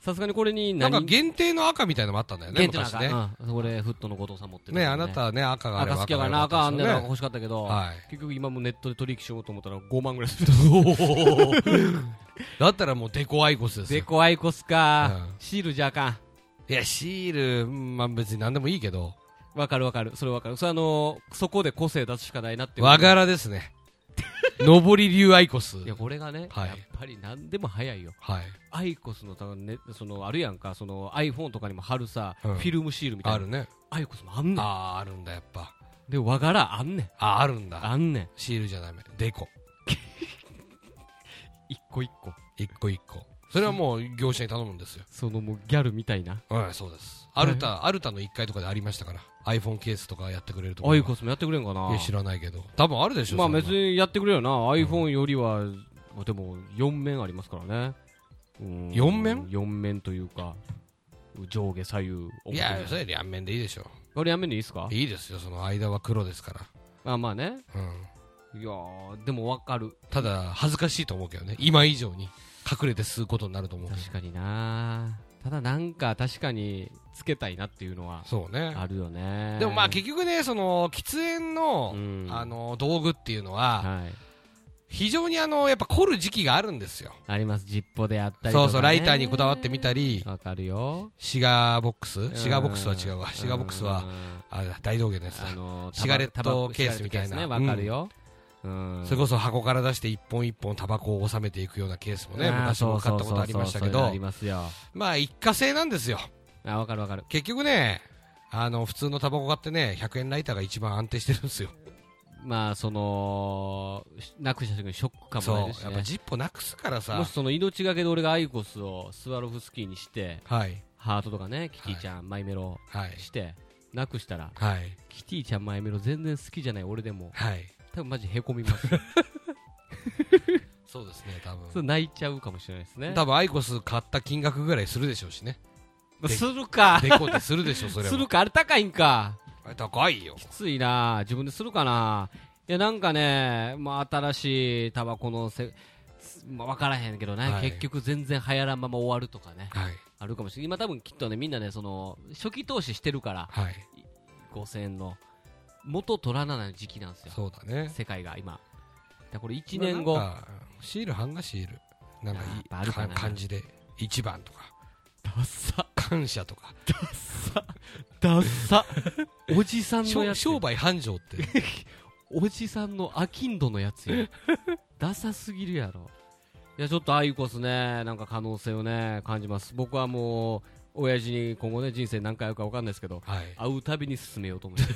Speaker 1: さすがにこれに
Speaker 2: なん
Speaker 1: 何
Speaker 2: か限定の赤みたいのもあったんだよね、
Speaker 1: 限定なん
Speaker 2: 昔
Speaker 1: か
Speaker 2: ね。
Speaker 1: うんこれフットの後藤さん持ってる
Speaker 2: ね、あなたはね、赤があれ
Speaker 1: 赤
Speaker 2: ば
Speaker 1: 好きや
Speaker 2: が
Speaker 1: から
Speaker 2: あれ
Speaker 1: な
Speaker 2: ば
Speaker 1: 赤あんねんな
Speaker 2: よか
Speaker 1: んか
Speaker 2: ったで
Speaker 1: 欲しかったけ
Speaker 2: す
Speaker 1: ど
Speaker 2: よねはい。
Speaker 1: 結局今もネットで取引しようと思ったら5万ぐらいする
Speaker 2: だったらもうデコアイコスです
Speaker 1: デ
Speaker 2: よ。
Speaker 1: コアイコスか、
Speaker 2: うん
Speaker 1: シールじゃあかん
Speaker 2: いや、シール、うんまあ別に何でもいいけど、
Speaker 1: わかるわかるそれわかるそれあのーそこで個性出すしかないなって
Speaker 2: 和柄ですね。 上り流アイコス。
Speaker 1: いやこれがね、
Speaker 2: はい
Speaker 1: やっぱり何でも早いよ
Speaker 2: はい。
Speaker 1: アイコスのたねそのあるやんかその iPhone とかにも貼るさ、
Speaker 2: うん
Speaker 1: フィルムシールみたいな
Speaker 2: あるね。
Speaker 1: アイコスもあんねん
Speaker 2: あー、あるんだ、やっぱ。
Speaker 1: で和柄あんねん
Speaker 2: あー、あるんだ。
Speaker 1: あんねん
Speaker 2: シールじゃダメ。デコ。
Speaker 1: 一個一個
Speaker 2: 一個一個。それはもう業者に頼むんですよ。
Speaker 1: そのもうギャルみたいな
Speaker 2: はい、そうです。アルタ、アルタの1階とかでありましたから。iPhone ケースとかやってくれるとこ
Speaker 1: ア
Speaker 2: ろ
Speaker 1: イ
Speaker 2: が
Speaker 1: コスもやってくれんかない
Speaker 2: や、知らないけど。多分あるでしょ、
Speaker 1: まあ
Speaker 2: そんな
Speaker 1: 別にやってくれよな iPhone よりは、まあでも4面ありますからねうん
Speaker 2: 四面
Speaker 1: 四面というか上下左右
Speaker 2: いや、そ
Speaker 1: れ
Speaker 2: れ両面でいいでしょ。
Speaker 1: これやめんでいいですか
Speaker 2: いいですよ、その間は黒ですから。
Speaker 1: あまあね
Speaker 2: うん。
Speaker 1: いやーでもわかる
Speaker 2: ただ、恥ずかしいと思うけどね。今以上に隠れて吸うことになると思うけど。
Speaker 1: 確かになただなんか確かにつけたいなっていうのは
Speaker 2: そうね。
Speaker 1: あるよね
Speaker 2: でもまあ結局ね、その、喫煙の、
Speaker 1: うん
Speaker 2: あの、道具っていうのは、
Speaker 1: はい
Speaker 2: 非常にあの、やっぱ凝る時期があるんですよ。
Speaker 1: ありますジッポであったりとか、
Speaker 2: そ
Speaker 1: ね、
Speaker 2: うそう、ライターにこだわってみたり、
Speaker 1: わかるよ
Speaker 2: シガーボックスシガーボックスは違うわ。シガーボックスは
Speaker 1: う、ん
Speaker 2: あれだ大道芸のやつだ
Speaker 1: あ。の
Speaker 2: シガレット
Speaker 1: タバコ
Speaker 2: ケースみたいな
Speaker 1: シガレットケースねわかるよ。うん。
Speaker 2: それこそ箱から出して一本一本タバコを収めていくようなケースもね、
Speaker 1: あー
Speaker 2: 昔も買ったことありましたけ
Speaker 1: そうそうそうそういうの
Speaker 2: ど
Speaker 1: あり、ますよ。
Speaker 2: まあ一過性なんですよ。
Speaker 1: あ、わかるわかる。
Speaker 2: 結局ね、あの、普通のタバコ買ってね、100円ライターが一番安定してるんですよ。
Speaker 1: まあ、その、しなくした時にショック感も
Speaker 2: そう
Speaker 1: ないです。し
Speaker 2: やっ
Speaker 1: ね
Speaker 2: ぱジッポなくすから
Speaker 1: も
Speaker 2: さ
Speaker 1: し、その命がけで俺がアイコスをスワロフスキーにして、
Speaker 2: はい、
Speaker 1: ハートとかね、キティちゃん、マイメロ
Speaker 2: はい、
Speaker 1: して、なくしたら、
Speaker 2: はい、
Speaker 1: キティちゃんマイメロ全然好きじゃない俺でも、
Speaker 2: はい。
Speaker 1: 多分マジへこみます。そ
Speaker 2: そうですね、多
Speaker 1: れ
Speaker 2: 分。
Speaker 1: 泣いちゃうかもしれないですね。
Speaker 2: 多分アイコス買った金額ぐらいするでしょうし ね。
Speaker 1: するか。
Speaker 2: デコでするでしょ、それ
Speaker 1: す
Speaker 2: は
Speaker 1: る。か、あれ高いんか。
Speaker 2: あれ高いよ。
Speaker 1: きついな自分でするかないやなんかね、まあ、新しいタバコのせ、つまあ、分からへんけどね、
Speaker 2: はい
Speaker 1: 結局全然流行らんまま終わるとかね
Speaker 2: はい、
Speaker 1: あるかもしれない今多分きっとねみんなねその初期投資してるから
Speaker 2: はい。
Speaker 1: 5000円の元取らない時期なんですよ
Speaker 2: そうだね。
Speaker 1: 世界が今だからこれ1年後
Speaker 2: なんかシール貼んな、シール。なんかいい
Speaker 1: やっぱあるかな
Speaker 2: 感じで。一番とか、
Speaker 1: ダッサ
Speaker 2: 感謝とか。
Speaker 1: ダッサダッ サおじさんのや
Speaker 2: 商
Speaker 1: つ
Speaker 2: 商売繁盛 って。
Speaker 1: おじさんのアキンドのや つやダサすぎるやろいやちょっとアイコスねなんか可能性をね感じます僕はもう親父に今後ね人生何回会うか分かんないですけど
Speaker 2: はい。
Speaker 1: 会うたびに進めようと思って、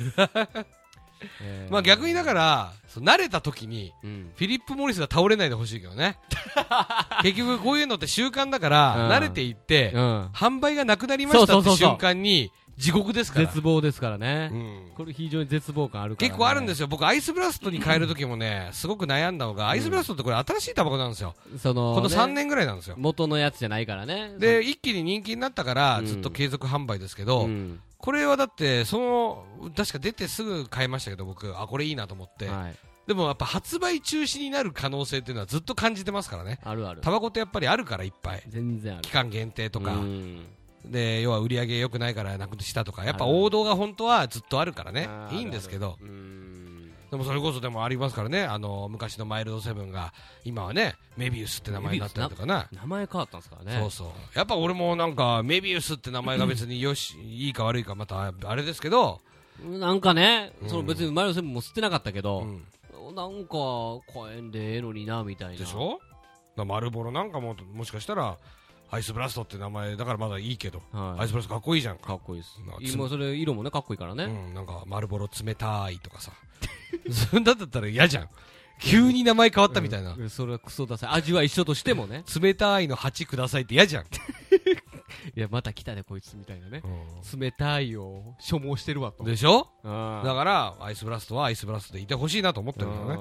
Speaker 1: えー
Speaker 2: まあ逆にだから、そう慣れた時に、
Speaker 1: うん
Speaker 2: フィリップ・モリスが倒れないでほしいけ どね。結局こういうのって習慣だから、
Speaker 1: うん
Speaker 2: 慣れていって、
Speaker 1: うん
Speaker 2: 販売がなくなりました
Speaker 1: そ
Speaker 2: っ
Speaker 1: うそ
Speaker 2: て
Speaker 1: うそうそう
Speaker 2: 瞬間に、地獄ですから。
Speaker 1: 絶望ですからね、
Speaker 2: うん
Speaker 1: これ非常に絶望感あるから、ね、
Speaker 2: 結構あるんですすよ。僕、アイスブラストに変える時もね、すごく悩んだのが、アイスブラストってこれ新しいタバコなんですよ。
Speaker 1: その、
Speaker 2: この
Speaker 1: ね
Speaker 2: 3年ぐらいなんですよ。
Speaker 1: 元のやつじゃないからね
Speaker 2: で、一気に人気になったから、
Speaker 1: うん
Speaker 2: ずっと継続販売ですけ
Speaker 1: その
Speaker 2: ど
Speaker 1: う、ん
Speaker 2: これはだって、その、確か出てすぐ買いましたけど、僕、あ、これいいなと思って。
Speaker 1: はい、
Speaker 2: でもやっぱ発売中止になる可能性っていうのはずっと感じてますからね。
Speaker 1: あるある
Speaker 2: タバコってやっぱりあるからいっぱい。
Speaker 1: 全然ある
Speaker 2: 期間限定とか
Speaker 1: う。ん
Speaker 2: で、要は売り上げ良くないからなくしたとか。やっぱ
Speaker 1: あるある
Speaker 2: 王道が本当はずっとあるからね
Speaker 1: あ。ー
Speaker 2: いいんですけど。
Speaker 1: あるあるうん
Speaker 2: でもそれこそでもありますからね。あの、昔のマイルドセブンが、今はね、メビウスって名前になってるとかな。
Speaker 1: 名前変わったんですからね
Speaker 2: そうそう。やっぱ俺もなんか、メビウスって名前が別によし、いいか悪いかまたあれですけど、
Speaker 1: なんかね、
Speaker 2: うん
Speaker 1: その別にマリオセブンも吸ってなかったけど、
Speaker 2: うん
Speaker 1: なんか買えんでええのになみたいな
Speaker 2: でしょだから丸ボロなんかも、もしかしたら、アイスブラストって名前だからまだいいけど、
Speaker 1: はい
Speaker 2: アイスブラストかっこいいじゃん
Speaker 1: かっこいいです
Speaker 2: まあ
Speaker 1: いもうそれ色もねかっこいいからね、
Speaker 2: うん、なんか、丸ボロ冷たいとかさ。 そんなんだったら嫌じゃん。急に名前変わったみたいな。
Speaker 1: うんそれはクソダサい味は一緒としてもね
Speaker 2: 冷たいの8くださいって嫌じゃん。
Speaker 1: いやまた来たねこいつみたいなね冷たいよ所望してるわと
Speaker 2: でしょ
Speaker 1: あ
Speaker 2: だから、アイスブラストはアイスブラストでいてほしいなと思ってるんだね。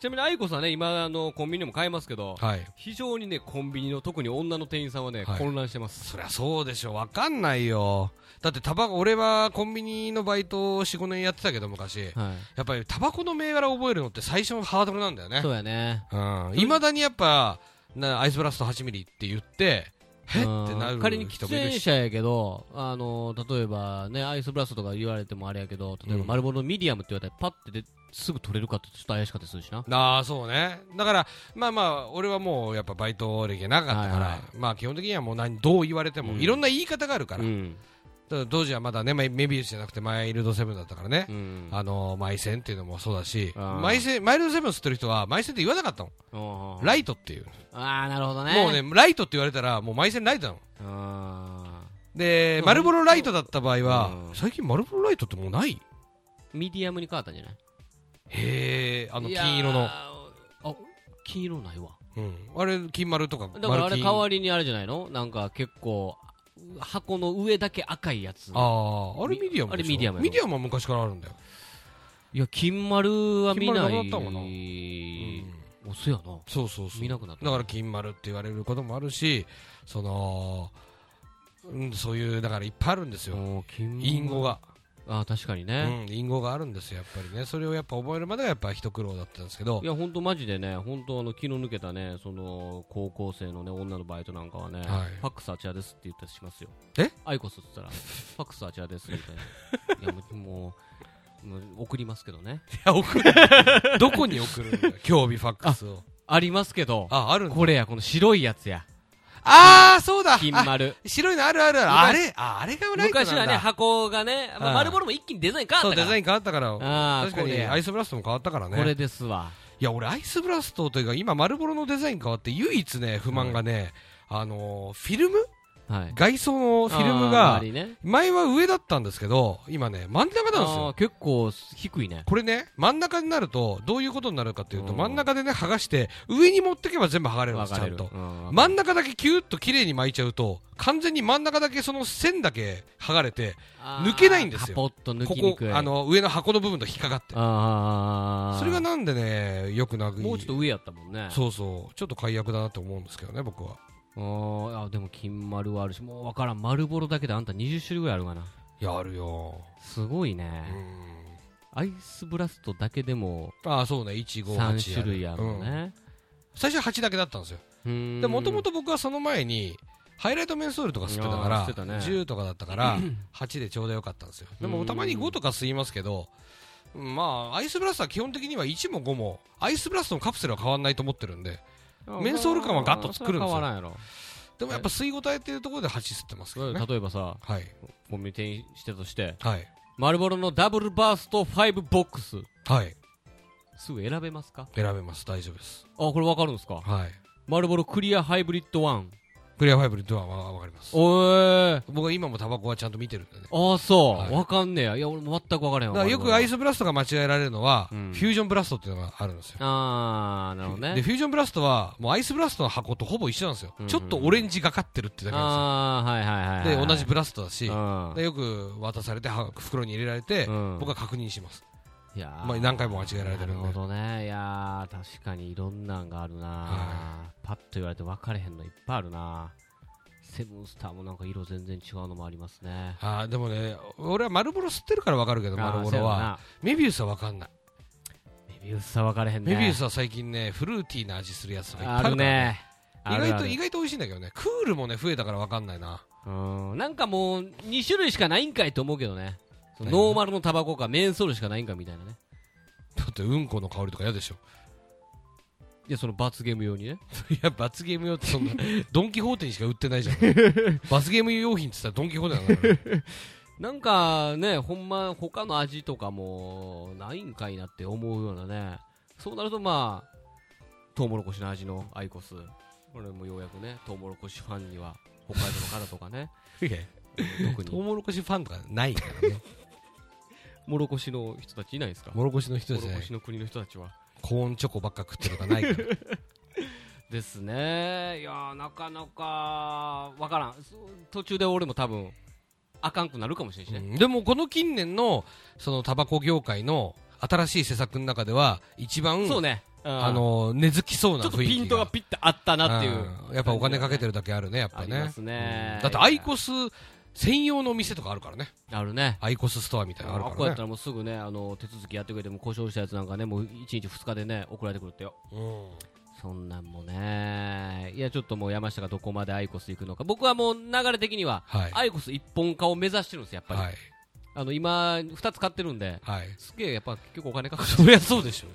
Speaker 1: ちなみに愛子さんね今あのコンビニでも買えますけど
Speaker 2: はい。
Speaker 1: 非常にねコンビニの特に女の店員さんはね、
Speaker 2: はい
Speaker 1: 混乱してます
Speaker 2: そりゃそうでしょ。わかんないよ。だって、タバコ、俺はコンビニのバイト4、5年やってたけど、昔。
Speaker 1: は
Speaker 2: やっぱり、タバコの銘柄覚えるのって最初のハードルなんだよ
Speaker 1: い
Speaker 2: ね。
Speaker 1: そうやね
Speaker 2: うん。いまだにやっぱ、なアイスブラスト8ミリって言って、へってな
Speaker 1: うん
Speaker 2: る
Speaker 1: 仮に
Speaker 2: 人
Speaker 1: 喫
Speaker 2: もいる
Speaker 1: 煙
Speaker 2: し。
Speaker 1: 者やけど、あの例えばね、アイスブラストとか言われてもあれやけど、例えば
Speaker 2: うん
Speaker 1: 丸ボロのミディアムって言われたら、パッてですぐ取れるかって、ちょっと怪しかったりするしな。
Speaker 2: ああそうねだからまあまあ俺はもうやっぱバイト歴がなかったから、
Speaker 1: はいは
Speaker 2: まあ基本的にはもう何どう言われても、
Speaker 1: うん
Speaker 2: いろんな言い方があるから、
Speaker 1: うん。
Speaker 2: ただ当時はまだねメメビウスじゃなくてマイルドセブンだったからね、
Speaker 1: うん。
Speaker 2: あのマイセンっていうのもそうだし
Speaker 1: あー
Speaker 2: マイセンマイルドセブン吸ってる人はマイセンって言わなかったの、
Speaker 1: あ
Speaker 2: ライトっていう、
Speaker 1: あー、なるほどね。
Speaker 2: もうねライトって言われたらもうマイセンライトなの
Speaker 1: あ
Speaker 2: で、
Speaker 1: うん
Speaker 2: マルボロライトだった場合は、
Speaker 1: うん
Speaker 2: 最近マルボロライトってもうない
Speaker 1: ー。ミディアムに変わったんじゃない
Speaker 2: へえあの
Speaker 1: いやー
Speaker 2: 金色の、
Speaker 1: あ、金色ないわ。
Speaker 2: うん、あれ金丸とか
Speaker 1: だからあれ、
Speaker 2: 丸金
Speaker 1: 代わりにあれじゃないのなんか結構、箱の上だけ赤いやつ。
Speaker 2: ああ、あれミディアムでしょ
Speaker 1: あれミディアムやろ
Speaker 2: ミディアムは昔からあるんだよ。
Speaker 1: いや、金丸は見ない。
Speaker 2: 金丸なくなったもんな
Speaker 1: おそやな。
Speaker 2: そうそうそう。
Speaker 1: 見なくなった。
Speaker 2: だから金丸って言われることもあるし、その、うん、そういう、だからいっぱいあるんですよ。
Speaker 1: おー金
Speaker 2: 隠語が。
Speaker 1: あー確かに
Speaker 2: う
Speaker 1: ね、
Speaker 2: ん、隠語があるんですよ、やっぱりね。それをやっぱ覚えるまでがやっぱ一苦労だったんです けど
Speaker 1: い、や本当マジでね本当あの気の抜けたねその高校生のね女のバイトなんかはね、
Speaker 2: はい
Speaker 1: ファックスあちらですって言ったりしますよ
Speaker 2: え
Speaker 1: アイコスって言ったらファックスあちらですみたい ないやもうもうもう送りますけどね
Speaker 2: 送る。どこに送るんだ よ、興味ファックスを。
Speaker 1: ありますけど
Speaker 2: あ、あるんだ。
Speaker 1: これやこの白いやつや
Speaker 2: あー、そうだ
Speaker 1: 金
Speaker 2: あ
Speaker 1: 丸
Speaker 2: 白いのあるあるある。あれああれがライトなんだ
Speaker 1: 昔はね箱がね、ま
Speaker 2: は
Speaker 1: あ、
Speaker 2: い
Speaker 1: 丸ボールも一気にデザイン変わったか
Speaker 2: そ
Speaker 1: ら
Speaker 2: う、デザイン変わったから。
Speaker 1: あー
Speaker 2: 確か
Speaker 1: こ
Speaker 2: に、
Speaker 1: れ
Speaker 2: アイスブラストも変わったからね。
Speaker 1: これですわ
Speaker 2: いや、俺、アイスブラストというか、今、丸ボロのデザイン変わって、唯一ね、不満がね、あのーフィルム
Speaker 1: はい
Speaker 2: 外装のフィルム
Speaker 1: あーあ
Speaker 2: が
Speaker 1: ま、りね
Speaker 2: 前は上だったんですけど、今ね、真ん中なんです
Speaker 1: あー
Speaker 2: よ。
Speaker 1: 結構低いね
Speaker 2: これね、真ん中になると、どういうことになるかっていうと、
Speaker 1: うん
Speaker 2: 真ん中でね、剥がして、上に持ってけば全部剥がれるんです、ちゃんと。真ん中だけキューッと綺麗に巻いちゃうと、完全に真ん中だけその線だけ剥がれて、抜けないんです
Speaker 1: カ
Speaker 2: よ
Speaker 1: ポッと抜
Speaker 2: こ
Speaker 1: きに
Speaker 2: こ
Speaker 1: くい、
Speaker 2: あの、上の箱の部分と引っかかって。
Speaker 1: あー
Speaker 2: それがなんでね、よくなく
Speaker 1: もうちょっと上やったもんね
Speaker 2: そうそう、ちょっと解約だなと思うんですけどね、僕は。
Speaker 1: あーあでも金丸はあるしもう分からん丸ボロだけであんた20種類ぐらいあるかない
Speaker 2: や、あるよ。
Speaker 1: すごいうね、
Speaker 2: ん。
Speaker 1: アイスブラストだけでも
Speaker 2: ああ、そうね、1、5、8。
Speaker 1: 3種類あるの
Speaker 2: うん
Speaker 1: ね
Speaker 2: 最初は8だけだったんですよ。で、もともと僕はその前に、ハイライトメンソールとか吸ってたか
Speaker 1: あー吸
Speaker 2: ら、
Speaker 1: ってたね
Speaker 2: 10とかだった から、8でちょうどよかったんですよ。で
Speaker 1: う
Speaker 2: も、
Speaker 1: ん
Speaker 2: たまに5とか吸いますけど、うんまあ、アイスブラストは基本的には1も5も、アイスブラストのカプセルは変わんないと思ってるんで、メンソール感はガッと作るんですよ
Speaker 1: 変わらんやろ
Speaker 2: でもやっぱ吸い応えっていうところで8吸ってますけどね。
Speaker 1: 例えばさ
Speaker 2: はい。
Speaker 1: コンビニ店員してとして
Speaker 2: はい。
Speaker 1: 丸ボロのダブルバースト5ボックス
Speaker 2: はい。
Speaker 1: すぐ選べますか
Speaker 2: 選べます。大丈夫です
Speaker 1: あ。これ分かるんですか
Speaker 2: はい。
Speaker 1: 丸ボロクリアハイブリッド1
Speaker 2: クリアファイブリッドはわわかります。
Speaker 1: おえ
Speaker 2: 僕は今もタバコはちゃんと見てるんでね。
Speaker 1: ああそう、
Speaker 2: はい
Speaker 1: 分かんねえやいや俺も全く分からへん
Speaker 2: だ
Speaker 1: わ
Speaker 2: からよくアイ
Speaker 1: ス
Speaker 2: スブラストが間違えられるのは、
Speaker 1: うん
Speaker 2: フュージョンブラストっていうのがあるんですよ。
Speaker 1: ああなるほどね
Speaker 2: で、フュージョンブラストは、もうアイスブラストの箱とほぼ一緒なんですよ。
Speaker 1: うんうん
Speaker 2: ちょっとオレンジがかってるってだけな
Speaker 1: ああはいはい
Speaker 2: ん
Speaker 1: は
Speaker 2: で
Speaker 1: いは
Speaker 2: すよ。
Speaker 1: い
Speaker 2: で、同じブラストだし、
Speaker 1: うん
Speaker 2: でよく渡されて、は袋に入れられて、
Speaker 1: うん
Speaker 2: 僕は確認します。
Speaker 1: いやー
Speaker 2: まあ何回も間違えられてるんで
Speaker 1: なるほどねいやー確かにいろんなんがあるな、
Speaker 2: は
Speaker 1: パッと言われて分かれへんのいっぱいあるなセブンスターもなんか色全然違うのもありますね
Speaker 2: ああ、でもね、俺は丸ボロ吸ってるからわかるけど、丸ボ
Speaker 1: あーそう
Speaker 2: ロ
Speaker 1: や
Speaker 2: は。
Speaker 1: な
Speaker 2: メビウスはわかんない。
Speaker 1: メビウスは分かれへんね
Speaker 2: メビウスは最近ね、フルーティーな味するやつがいっぱい
Speaker 1: あ
Speaker 2: あるか
Speaker 1: る
Speaker 2: らね。
Speaker 1: ねあるあ
Speaker 2: 意外と、
Speaker 1: る
Speaker 2: 意外と美味しいんだけどね。クールもね、増えたからわかんないな。
Speaker 1: うんなんかもう2種類しかないんかいと思うけどねその
Speaker 2: 何が
Speaker 1: ノーマルのタバコかメンソールしかないんかみたいなね
Speaker 2: だって、うんこの香りとか嫌でしょ。
Speaker 1: いやその罰ゲーム用にね
Speaker 2: いや、罰ゲーム用って そんな、ドン・キホーテにしか売ってないじゃん。罰ゲーム用品って言ったらドン・キホーテなんだから、
Speaker 1: なんかね、ほんま、他の味とかもないんかいなって思うようなね、そうなるとまあ、トウモロコシの味のアイコス、これもようやくねトウモロコシファンには北海道の方とか ね
Speaker 2: いや
Speaker 1: 特
Speaker 2: トウ
Speaker 1: に
Speaker 2: モロコシファンとかないからね。
Speaker 1: モロコシの人たちいないですか
Speaker 2: モロコシの人
Speaker 1: モ
Speaker 2: で
Speaker 1: ロ
Speaker 2: す
Speaker 1: コ
Speaker 2: ね。
Speaker 1: シの国の人たちは
Speaker 2: コーンチョコばっか食ってるとかないから。
Speaker 1: ですねいやーなかなかわからんそう途中で俺も多分あかんくなるかもしれんしね、
Speaker 2: うんでもこの近年の、そのタバコ業界の新しい施策の中では、一番、
Speaker 1: そうね、うん
Speaker 2: あの、根付きそうな
Speaker 1: ちょっと
Speaker 2: 雰囲気
Speaker 1: ピントがピッてあったなっていう、
Speaker 2: うんやっぱお金かけてるだけあるね、やっぱ
Speaker 1: あり
Speaker 2: ね
Speaker 1: ます。ね
Speaker 2: うんだってアイコス専用のお店とかあるからね。
Speaker 1: あるね
Speaker 2: アイコスストアみたいな
Speaker 1: あ
Speaker 2: のある
Speaker 1: こう
Speaker 2: か
Speaker 1: や
Speaker 2: ら
Speaker 1: った
Speaker 2: ね。
Speaker 1: らもうすぐねあの手続きやってくれても故障したやつなんかねもう1日2日でね送られてくるってよ
Speaker 2: うん
Speaker 1: そんなんもねいやちょっともう山下がどこまでアイコス行くのか僕はもう流れ的には
Speaker 2: はい。
Speaker 1: アイコス一本化を目指してるんですやっぱり、
Speaker 2: はい。
Speaker 1: あの今2つ買ってるんで
Speaker 2: はい。
Speaker 1: すげえやっぱ結局お金かか る
Speaker 2: そりゃそうでしょ。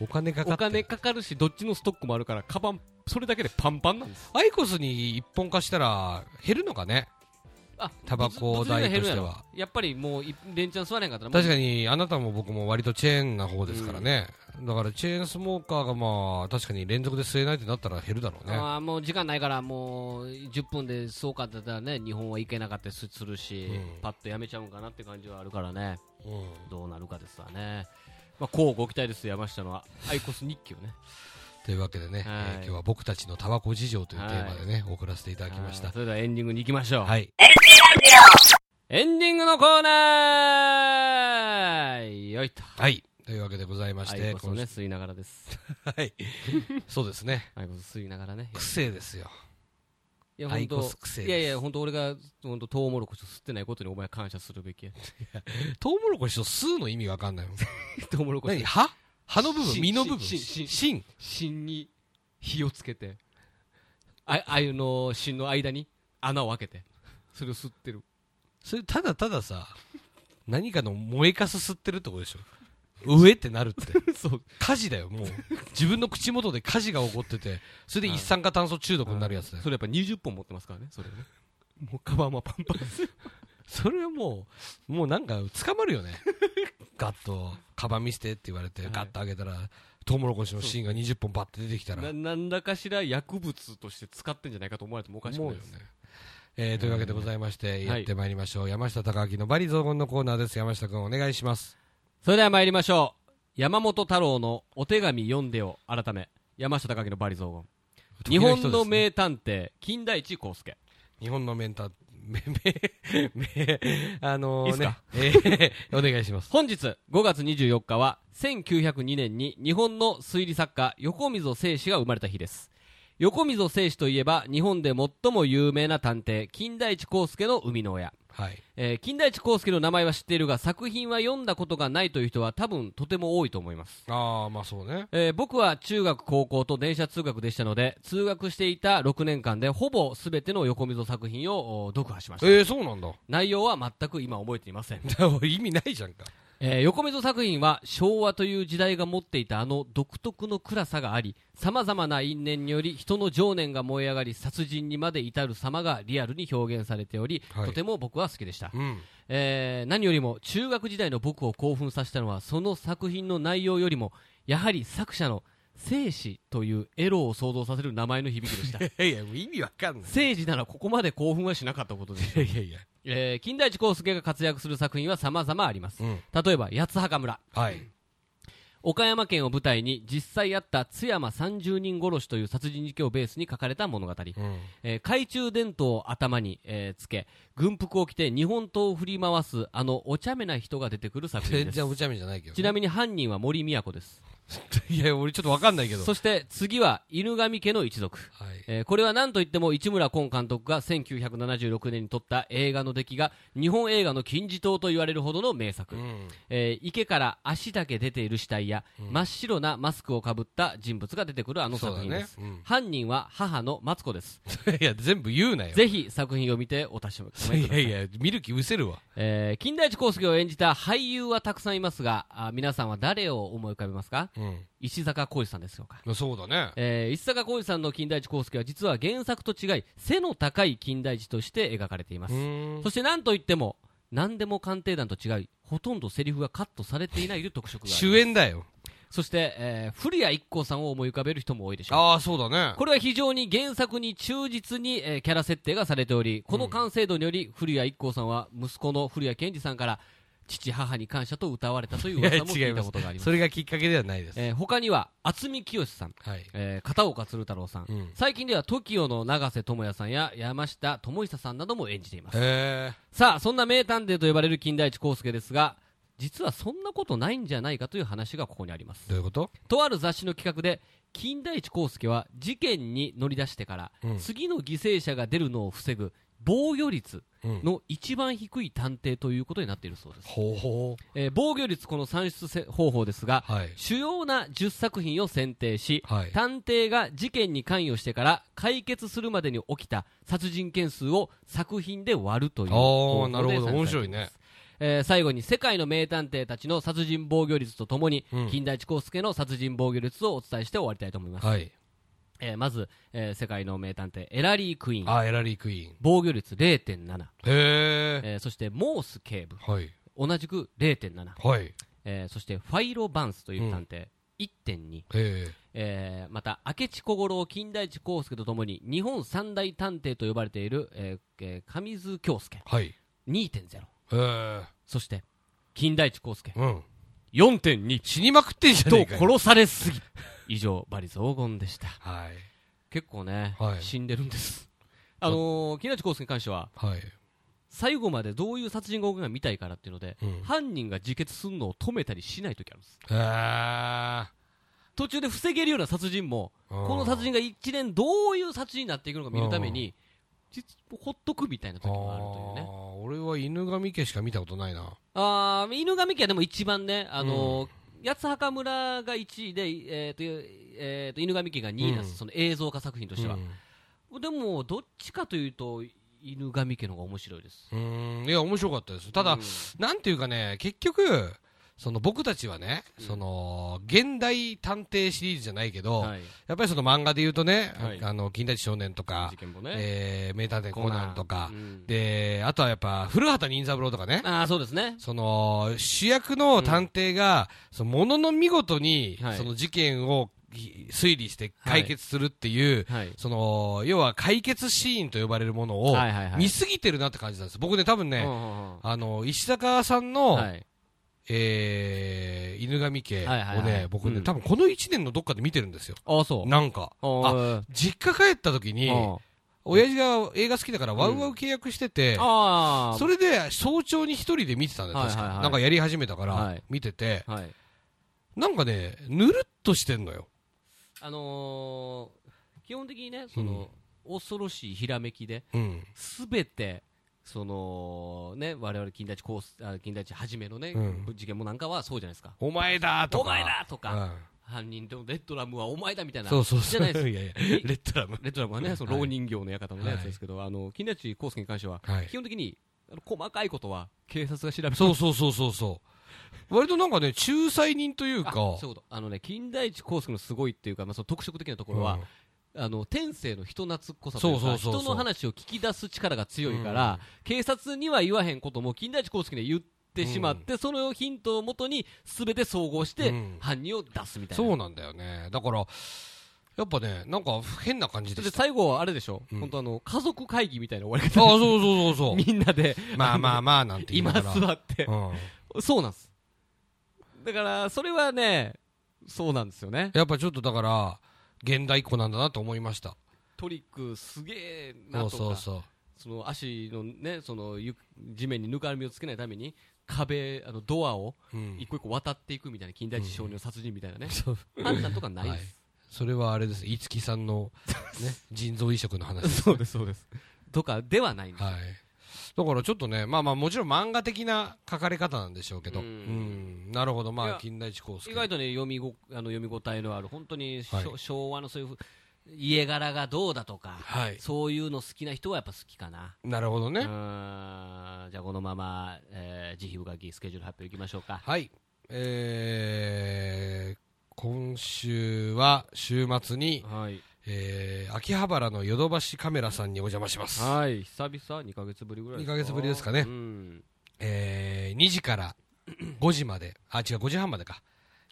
Speaker 2: お金かか
Speaker 1: お
Speaker 2: ってる
Speaker 1: 金かかるしどっちのストックもあるからカバンそれだけでパンパンなんです
Speaker 2: アイコスに一本化したら減るのかね
Speaker 1: あ
Speaker 2: タバコ
Speaker 1: 物理
Speaker 2: 代
Speaker 1: が減る
Speaker 2: とし
Speaker 1: や
Speaker 2: て
Speaker 1: ろ
Speaker 2: は
Speaker 1: やっぱりもうい連チャン吸われへんかったら
Speaker 2: 確
Speaker 1: か
Speaker 2: かにあなたも僕も割とチェーンな方ですからね、だからチェーンスモーカーがまあ確かに連続で吸えないってなったら減るだろうね
Speaker 1: あーもう時間ないからもう10分でそうかって言ったらね日本はいけなかったりすするし、
Speaker 2: うん
Speaker 1: パッとやめちゃうんかなって感じはあるからね
Speaker 2: うん
Speaker 1: どうなるかですわね、まあ、こうご期待ですよ山下のアイコス日記を ね
Speaker 2: というわけでね、
Speaker 1: はい
Speaker 2: えー今日は僕たちのタバコ事情というテーマでね、送らせていただきまし
Speaker 1: あ
Speaker 2: た
Speaker 1: ーそれではエンディングに行きましょう、
Speaker 2: はい
Speaker 1: エンディングのコーナーよいと
Speaker 2: はいというわけでございまし
Speaker 1: ア
Speaker 2: て
Speaker 1: イコスをね吸いながらです
Speaker 2: このはいそうです ね
Speaker 1: アイコス吸いながらね
Speaker 2: 癖ですよ
Speaker 1: いや
Speaker 2: ア
Speaker 1: 本
Speaker 2: イコ
Speaker 1: 当
Speaker 2: ス癖です
Speaker 1: いやいや本当俺が本当トウモロコシを吸ってないことにお前は感謝するべきや
Speaker 2: トウモロコシと吸うの意味わかんないもん
Speaker 1: トウモロコ
Speaker 2: 何
Speaker 1: シ
Speaker 2: 歯歯の部分
Speaker 1: 芯
Speaker 2: 身の部分
Speaker 1: 芯芯
Speaker 2: 芯
Speaker 1: 芯に火をつけてああゆの芯の間に穴を開けてそれを吸って る
Speaker 2: それただたださ何かの燃えかす吸ってるってことでしょ上ってな るって
Speaker 1: そう
Speaker 2: 火事だよもう自分の口元で火事が起こっててそれで一酸化炭素中毒になるやつだよ
Speaker 1: それやっぱ20本持ってますからねそれねもうカバンはパンパンです
Speaker 2: それはもうもうなんか捕まる よねガッとカバン見せてって言われて
Speaker 1: はい
Speaker 2: ガッと開けたらトウモロコシの芯が20本バッて出てきたら
Speaker 1: な
Speaker 2: 思
Speaker 1: なんだかしら薬物として使ってんじゃないかと思われてもおかしく
Speaker 2: う
Speaker 1: ない
Speaker 2: よね
Speaker 1: です
Speaker 2: えーというわけでございまして、
Speaker 1: い
Speaker 2: やってまいりましょう。山下隆明のバリ雑言のコーナーです。山下くんお願いします。
Speaker 1: それでは参りましょう山本太郎の「お手紙読んでよ」改め山下隆のバリ雑言日本の名探偵金田一耕助
Speaker 2: 日本のメンタ、 め、め、め、あの
Speaker 1: いいっす
Speaker 2: ね
Speaker 1: か、
Speaker 2: えー お願いします。
Speaker 1: 本日5月24日は1902年に日本の推理作家横溝正史が生まれた日です横溝正史といえば日本で最も有名な探偵金田一耕助の生みの親、
Speaker 2: はい。
Speaker 1: えー金田一耕助の名前は知っているが作品は読んだことがないという人は多分とても多いと思います
Speaker 2: ああ、まあそうね。
Speaker 1: えー僕は中学高校と電車通学でしたので通学していた6年間でほぼ全ての横溝作品をお読破しました、
Speaker 2: ええー、そうなんだ。
Speaker 1: 内容は全く今覚えていません
Speaker 2: 意味ないじゃんか。
Speaker 1: えー横溝作品は昭和という時代が持っていたあの独特の暗さがありさまざまな因縁により人の情念が燃え上がり殺人にまで至る様がリアルに表現されており、
Speaker 2: はい
Speaker 1: とても僕は好きでした、
Speaker 2: うん。
Speaker 1: えー何よりも中学時代の僕を興奮させたのはその作品の内容よりもやはり作者の生死というエロを想像させる名前の響きでした
Speaker 2: いやいや、もう意味わかんない。
Speaker 1: 生死ならここまで興奮はしなかったことです、
Speaker 2: いやいやいや。
Speaker 1: えー金田一耕助が活躍する作品は様々あります
Speaker 2: うん。
Speaker 1: 例えば八つ墓村
Speaker 2: はい。
Speaker 1: 岡山県を舞台に実際あった津山30人殺しという殺人事件をベースに書かれた物語、
Speaker 2: うん。
Speaker 1: えー懐中電灯を頭に、えーつけ軍服を着て日本刀を振り回すあのお茶目な人が出てくる作品
Speaker 2: 全
Speaker 1: です
Speaker 2: 然お茶目じゃないけどね。
Speaker 1: ちなみに犯人は森都です
Speaker 2: いや、俺ちょっとわかんないけど。
Speaker 1: そして次は犬神家の一族
Speaker 2: はい。
Speaker 1: えーこれは何といっても市村昆監督が1976年に撮った映画の出来が日本映画の金字塔と言われるほどの名作、
Speaker 2: うん。
Speaker 1: えー池から足だけ出ている死体や、真っ白なマスクをかぶった人物が出てくるあの
Speaker 2: そ
Speaker 1: 作
Speaker 2: うだ
Speaker 1: 品で
Speaker 2: ね
Speaker 1: す、。
Speaker 2: うん。
Speaker 1: 犯人は母のマツコです
Speaker 2: いや、全部言うなよ。
Speaker 1: ぜひ作品を見てお楽しみください
Speaker 2: いやいや、見る気失せるわ。
Speaker 1: えー金田一耕助を演じた俳優はたくさんいますがあ皆さんは誰を思い浮かべますか
Speaker 2: うん。
Speaker 1: 石坂浩二さんですよか
Speaker 2: まあそうだね。
Speaker 1: えー石坂浩二さんの金田一耕助は実は原作と違い背の高い金田一として描かれています、
Speaker 2: うん
Speaker 1: そ。して何といっても何でも鑑定団と違いほとんどセリフがカットされていないという特色があります
Speaker 2: 主演だよ。
Speaker 1: そして、えー、古谷一行さんを思い浮かべる人も多いでしょう
Speaker 2: ああ、そうだね。
Speaker 1: これは非常に原作に忠実に、えーキャラ設定がされており、この完成度により、古谷一行さんは息子の古谷健二さんから、父、母に感謝と歌われたという
Speaker 2: いや
Speaker 1: 噂も聞
Speaker 2: 違い
Speaker 1: いた
Speaker 2: ま
Speaker 1: ことがありま
Speaker 2: す。
Speaker 1: す。
Speaker 2: それがきっかけではないです。
Speaker 1: えー他には、渥美清さん、
Speaker 2: はい。
Speaker 1: えー片岡鶴太郎さん、
Speaker 2: うん
Speaker 1: 最近では TOKIO の永瀬智也さんや山下智久さんなども演じています。
Speaker 2: へえ。
Speaker 1: さあ、そんな名探偵と呼ばれる金田一耕助ですが、実はそんなことないんじゃないかという話がここにあります。
Speaker 2: どういうこと
Speaker 1: とある雑誌の企画で金田一耕助は事件に乗り出してから、
Speaker 2: うん
Speaker 1: 次の犠牲者が出るのを防ぐ防御率
Speaker 2: うん。
Speaker 1: の一番低い探偵ということになっているそうです、
Speaker 2: ほうほ
Speaker 1: えー防御率この算出せ方法ですが
Speaker 2: う。はい。
Speaker 1: 主要な10作品を選定し、
Speaker 2: はい。
Speaker 1: 探偵が事件に関与してから解決するまでに起きた殺人件数を作品で割るという
Speaker 2: あ
Speaker 1: 方
Speaker 2: ー
Speaker 1: 法で
Speaker 2: なるほど
Speaker 1: 算出
Speaker 2: 面
Speaker 1: され
Speaker 2: 白
Speaker 1: て
Speaker 2: い
Speaker 1: います
Speaker 2: ね
Speaker 1: えー最後に世界の名探偵たちの殺人防御率とともに、
Speaker 2: うん
Speaker 1: 金田一耕助の殺人防御率をお伝えして終わりたいと思います、
Speaker 2: はい
Speaker 1: えーまず、えー世界の名探偵エラリー・クイーン
Speaker 2: あエラリークイーン
Speaker 1: 防御率0.7、
Speaker 2: へえ
Speaker 1: えーそしてモース警部
Speaker 2: はい
Speaker 1: 同じく0.7、
Speaker 2: はい
Speaker 1: えーそしてファイロ・バンスという探偵、1.2、
Speaker 2: へ
Speaker 1: えーまた明智小五郎金田一耕助とともに日本三大探偵と呼ばれている、えーえー上津京介
Speaker 2: はいへ
Speaker 1: 2.0
Speaker 2: え
Speaker 1: そして金田一耕助
Speaker 2: うん
Speaker 1: 4.2
Speaker 2: 死にまくってんじゃねえ
Speaker 1: と
Speaker 2: かよ
Speaker 1: 殺されすぎ以上バリ雑言でした
Speaker 2: はい
Speaker 1: 結構ね、
Speaker 2: はい
Speaker 1: 死んでるんですあのー、木梨康介に関しては
Speaker 2: はい
Speaker 1: 最後までどういう殺人が起きが見たいからっていうので、
Speaker 2: うん
Speaker 1: 犯人が自決するのを止めたりしない時あるんです
Speaker 2: へえ
Speaker 1: 途中で防げるような殺人もこの殺人が一連どういう殺人になっていくのか見るために実ほっとくみたいな時もあるというね
Speaker 2: 俺は犬神家しか見たことないな
Speaker 1: あー犬神家はでも一番ね、あのー八つ墓村が1位で、えーとえーと犬神家が2位なんです、
Speaker 2: うん
Speaker 1: その映像化作品としては、
Speaker 2: うん
Speaker 1: でも、どっちかというと、犬神家の方が面白いです。
Speaker 2: うーんいや面白かったですただ、
Speaker 1: うん
Speaker 2: なんていうかね結局その僕たちはね、その現代探偵シリーズじゃないけど、
Speaker 1: はい、
Speaker 2: やっぱりその漫画で言うとね、
Speaker 1: はい
Speaker 2: あの金田一少年とか
Speaker 1: 事、件簿ね、
Speaker 2: えー、名探偵コナンとか
Speaker 1: う、ん
Speaker 2: で、あとはやっぱ、古畑任三郎とかね、
Speaker 1: ああ、そうですね。
Speaker 2: その、主役の探偵が、そのものの見事に
Speaker 1: は、い
Speaker 2: その事件をひ推理して解決するっていう、
Speaker 1: はい、
Speaker 2: その、要は解決シーンと呼ばれるものを
Speaker 1: はいはいは、い
Speaker 2: 見すぎてるなって感じなんです。僕ね、多分
Speaker 1: うんう
Speaker 2: ね、
Speaker 1: んうん
Speaker 2: あの、石坂さんの、
Speaker 1: はい
Speaker 2: えー犬神家をね、
Speaker 1: はいはいはい
Speaker 2: 僕ね、
Speaker 1: うん
Speaker 2: 多分この1年のどっかで見てるんですよ。
Speaker 1: ああ、そう。
Speaker 2: なんか。
Speaker 1: あ
Speaker 2: あ実家帰った時に、
Speaker 1: あ
Speaker 2: 親父が映画好きだからワウワウ契約してて、
Speaker 1: ああ、
Speaker 2: それで早朝に一人で見てたんだよ、確か、
Speaker 1: はいはいはい
Speaker 2: なんかやり始めたから
Speaker 1: はい、
Speaker 2: 見てて、
Speaker 1: はい。
Speaker 2: なんかね、ぬるっとしてんのよ。
Speaker 1: あのー基本的にね、その、恐ろしいひらめきで、
Speaker 2: うん。
Speaker 1: すべて、そのね、我々金田一コース、あ金田一はじめのね、
Speaker 2: う
Speaker 1: 事件もなんかはそうじゃないですか。
Speaker 2: お前だとか。
Speaker 1: お前だとか、
Speaker 2: うん
Speaker 1: 犯人とレッドラムはお前だみたいな。
Speaker 2: そうそうそう。
Speaker 1: じゃないです。
Speaker 2: やいや、レッドラム。
Speaker 1: レッドラムはね、その
Speaker 2: はい
Speaker 1: 老人形の館のねやつですけど、あの、金田一耕助に関しては、
Speaker 2: はい
Speaker 1: 基。本的に、あの細かいことは警察が調べて
Speaker 2: そうそうそうそうそう。割となんかね、仲裁人という
Speaker 1: あ
Speaker 2: か、
Speaker 1: そういうこと。あのね、金田一耕助のすごいっていうか、まあ、その特色的なところは、あの、天性の人懐っこさという
Speaker 2: そうそ
Speaker 1: か、
Speaker 2: うそうそう
Speaker 1: 人の話を聞き出す力が強いから、警察には言わへんことも金田一耕助には言ってしまって、そのヒントをもとに、すべて総合して
Speaker 2: うん、
Speaker 1: 犯人を出すみたいな。
Speaker 2: そうなんだよね。だから、やっぱね、なんか変な感じで
Speaker 1: で
Speaker 2: した。あ
Speaker 1: 最後はあれでしょ、
Speaker 2: うん
Speaker 1: 本当あの家族会議みたいな終わり方
Speaker 2: そうそうそうそ う。
Speaker 1: みんなで
Speaker 2: まあまあまあなんて言い
Speaker 1: 今
Speaker 2: ながら。
Speaker 1: 座って、
Speaker 2: うん。
Speaker 1: そうなんですだからそれはねそうなんですよね
Speaker 2: やっぱちょっとだから、現代っ子なんだなと思いました。
Speaker 1: トリックすげえな
Speaker 2: そ
Speaker 1: と
Speaker 2: う
Speaker 1: か
Speaker 2: そうそう。
Speaker 1: その足のねそのゆ地面にぬかるみをつけないために壁あのドアを
Speaker 2: うん
Speaker 1: 一個一個渡っていくみたいな近代一少年の殺人みたいなね、判断とかないです、
Speaker 2: それはあれです、五木さんの、 ね、腎臓移植の話です。
Speaker 1: そうですそうですとかではないんです、
Speaker 2: はい。だからちょっとね、まあまあもちろん漫画的な書かれ方なんでしょうけど、う
Speaker 1: うん
Speaker 2: ん、なるほど、
Speaker 1: い
Speaker 2: まあ
Speaker 1: や
Speaker 2: 金田一耕助。
Speaker 1: 意外とね読みごあの読み応えのある本当に、しょ
Speaker 2: はい
Speaker 1: 昭和のそういうふ家柄がどうだとか、
Speaker 2: はい。
Speaker 1: そういうの好きな人はやっぱ好きかな。
Speaker 2: なるほどね。
Speaker 1: うーんじゃあこのまま、えー、慈悲深きスケジュール発表いきましょうか。
Speaker 2: はい。えー、今週は週末に、
Speaker 1: はい。
Speaker 2: えー、秋葉原のヨドバシカメラさんにお邪魔します。
Speaker 1: はい。久々2ヶ月ぶりぐらい
Speaker 2: 二ヶ月ぶりですかね
Speaker 1: うん。
Speaker 2: えー、2時から5時まで、あ、違う、5時半までか。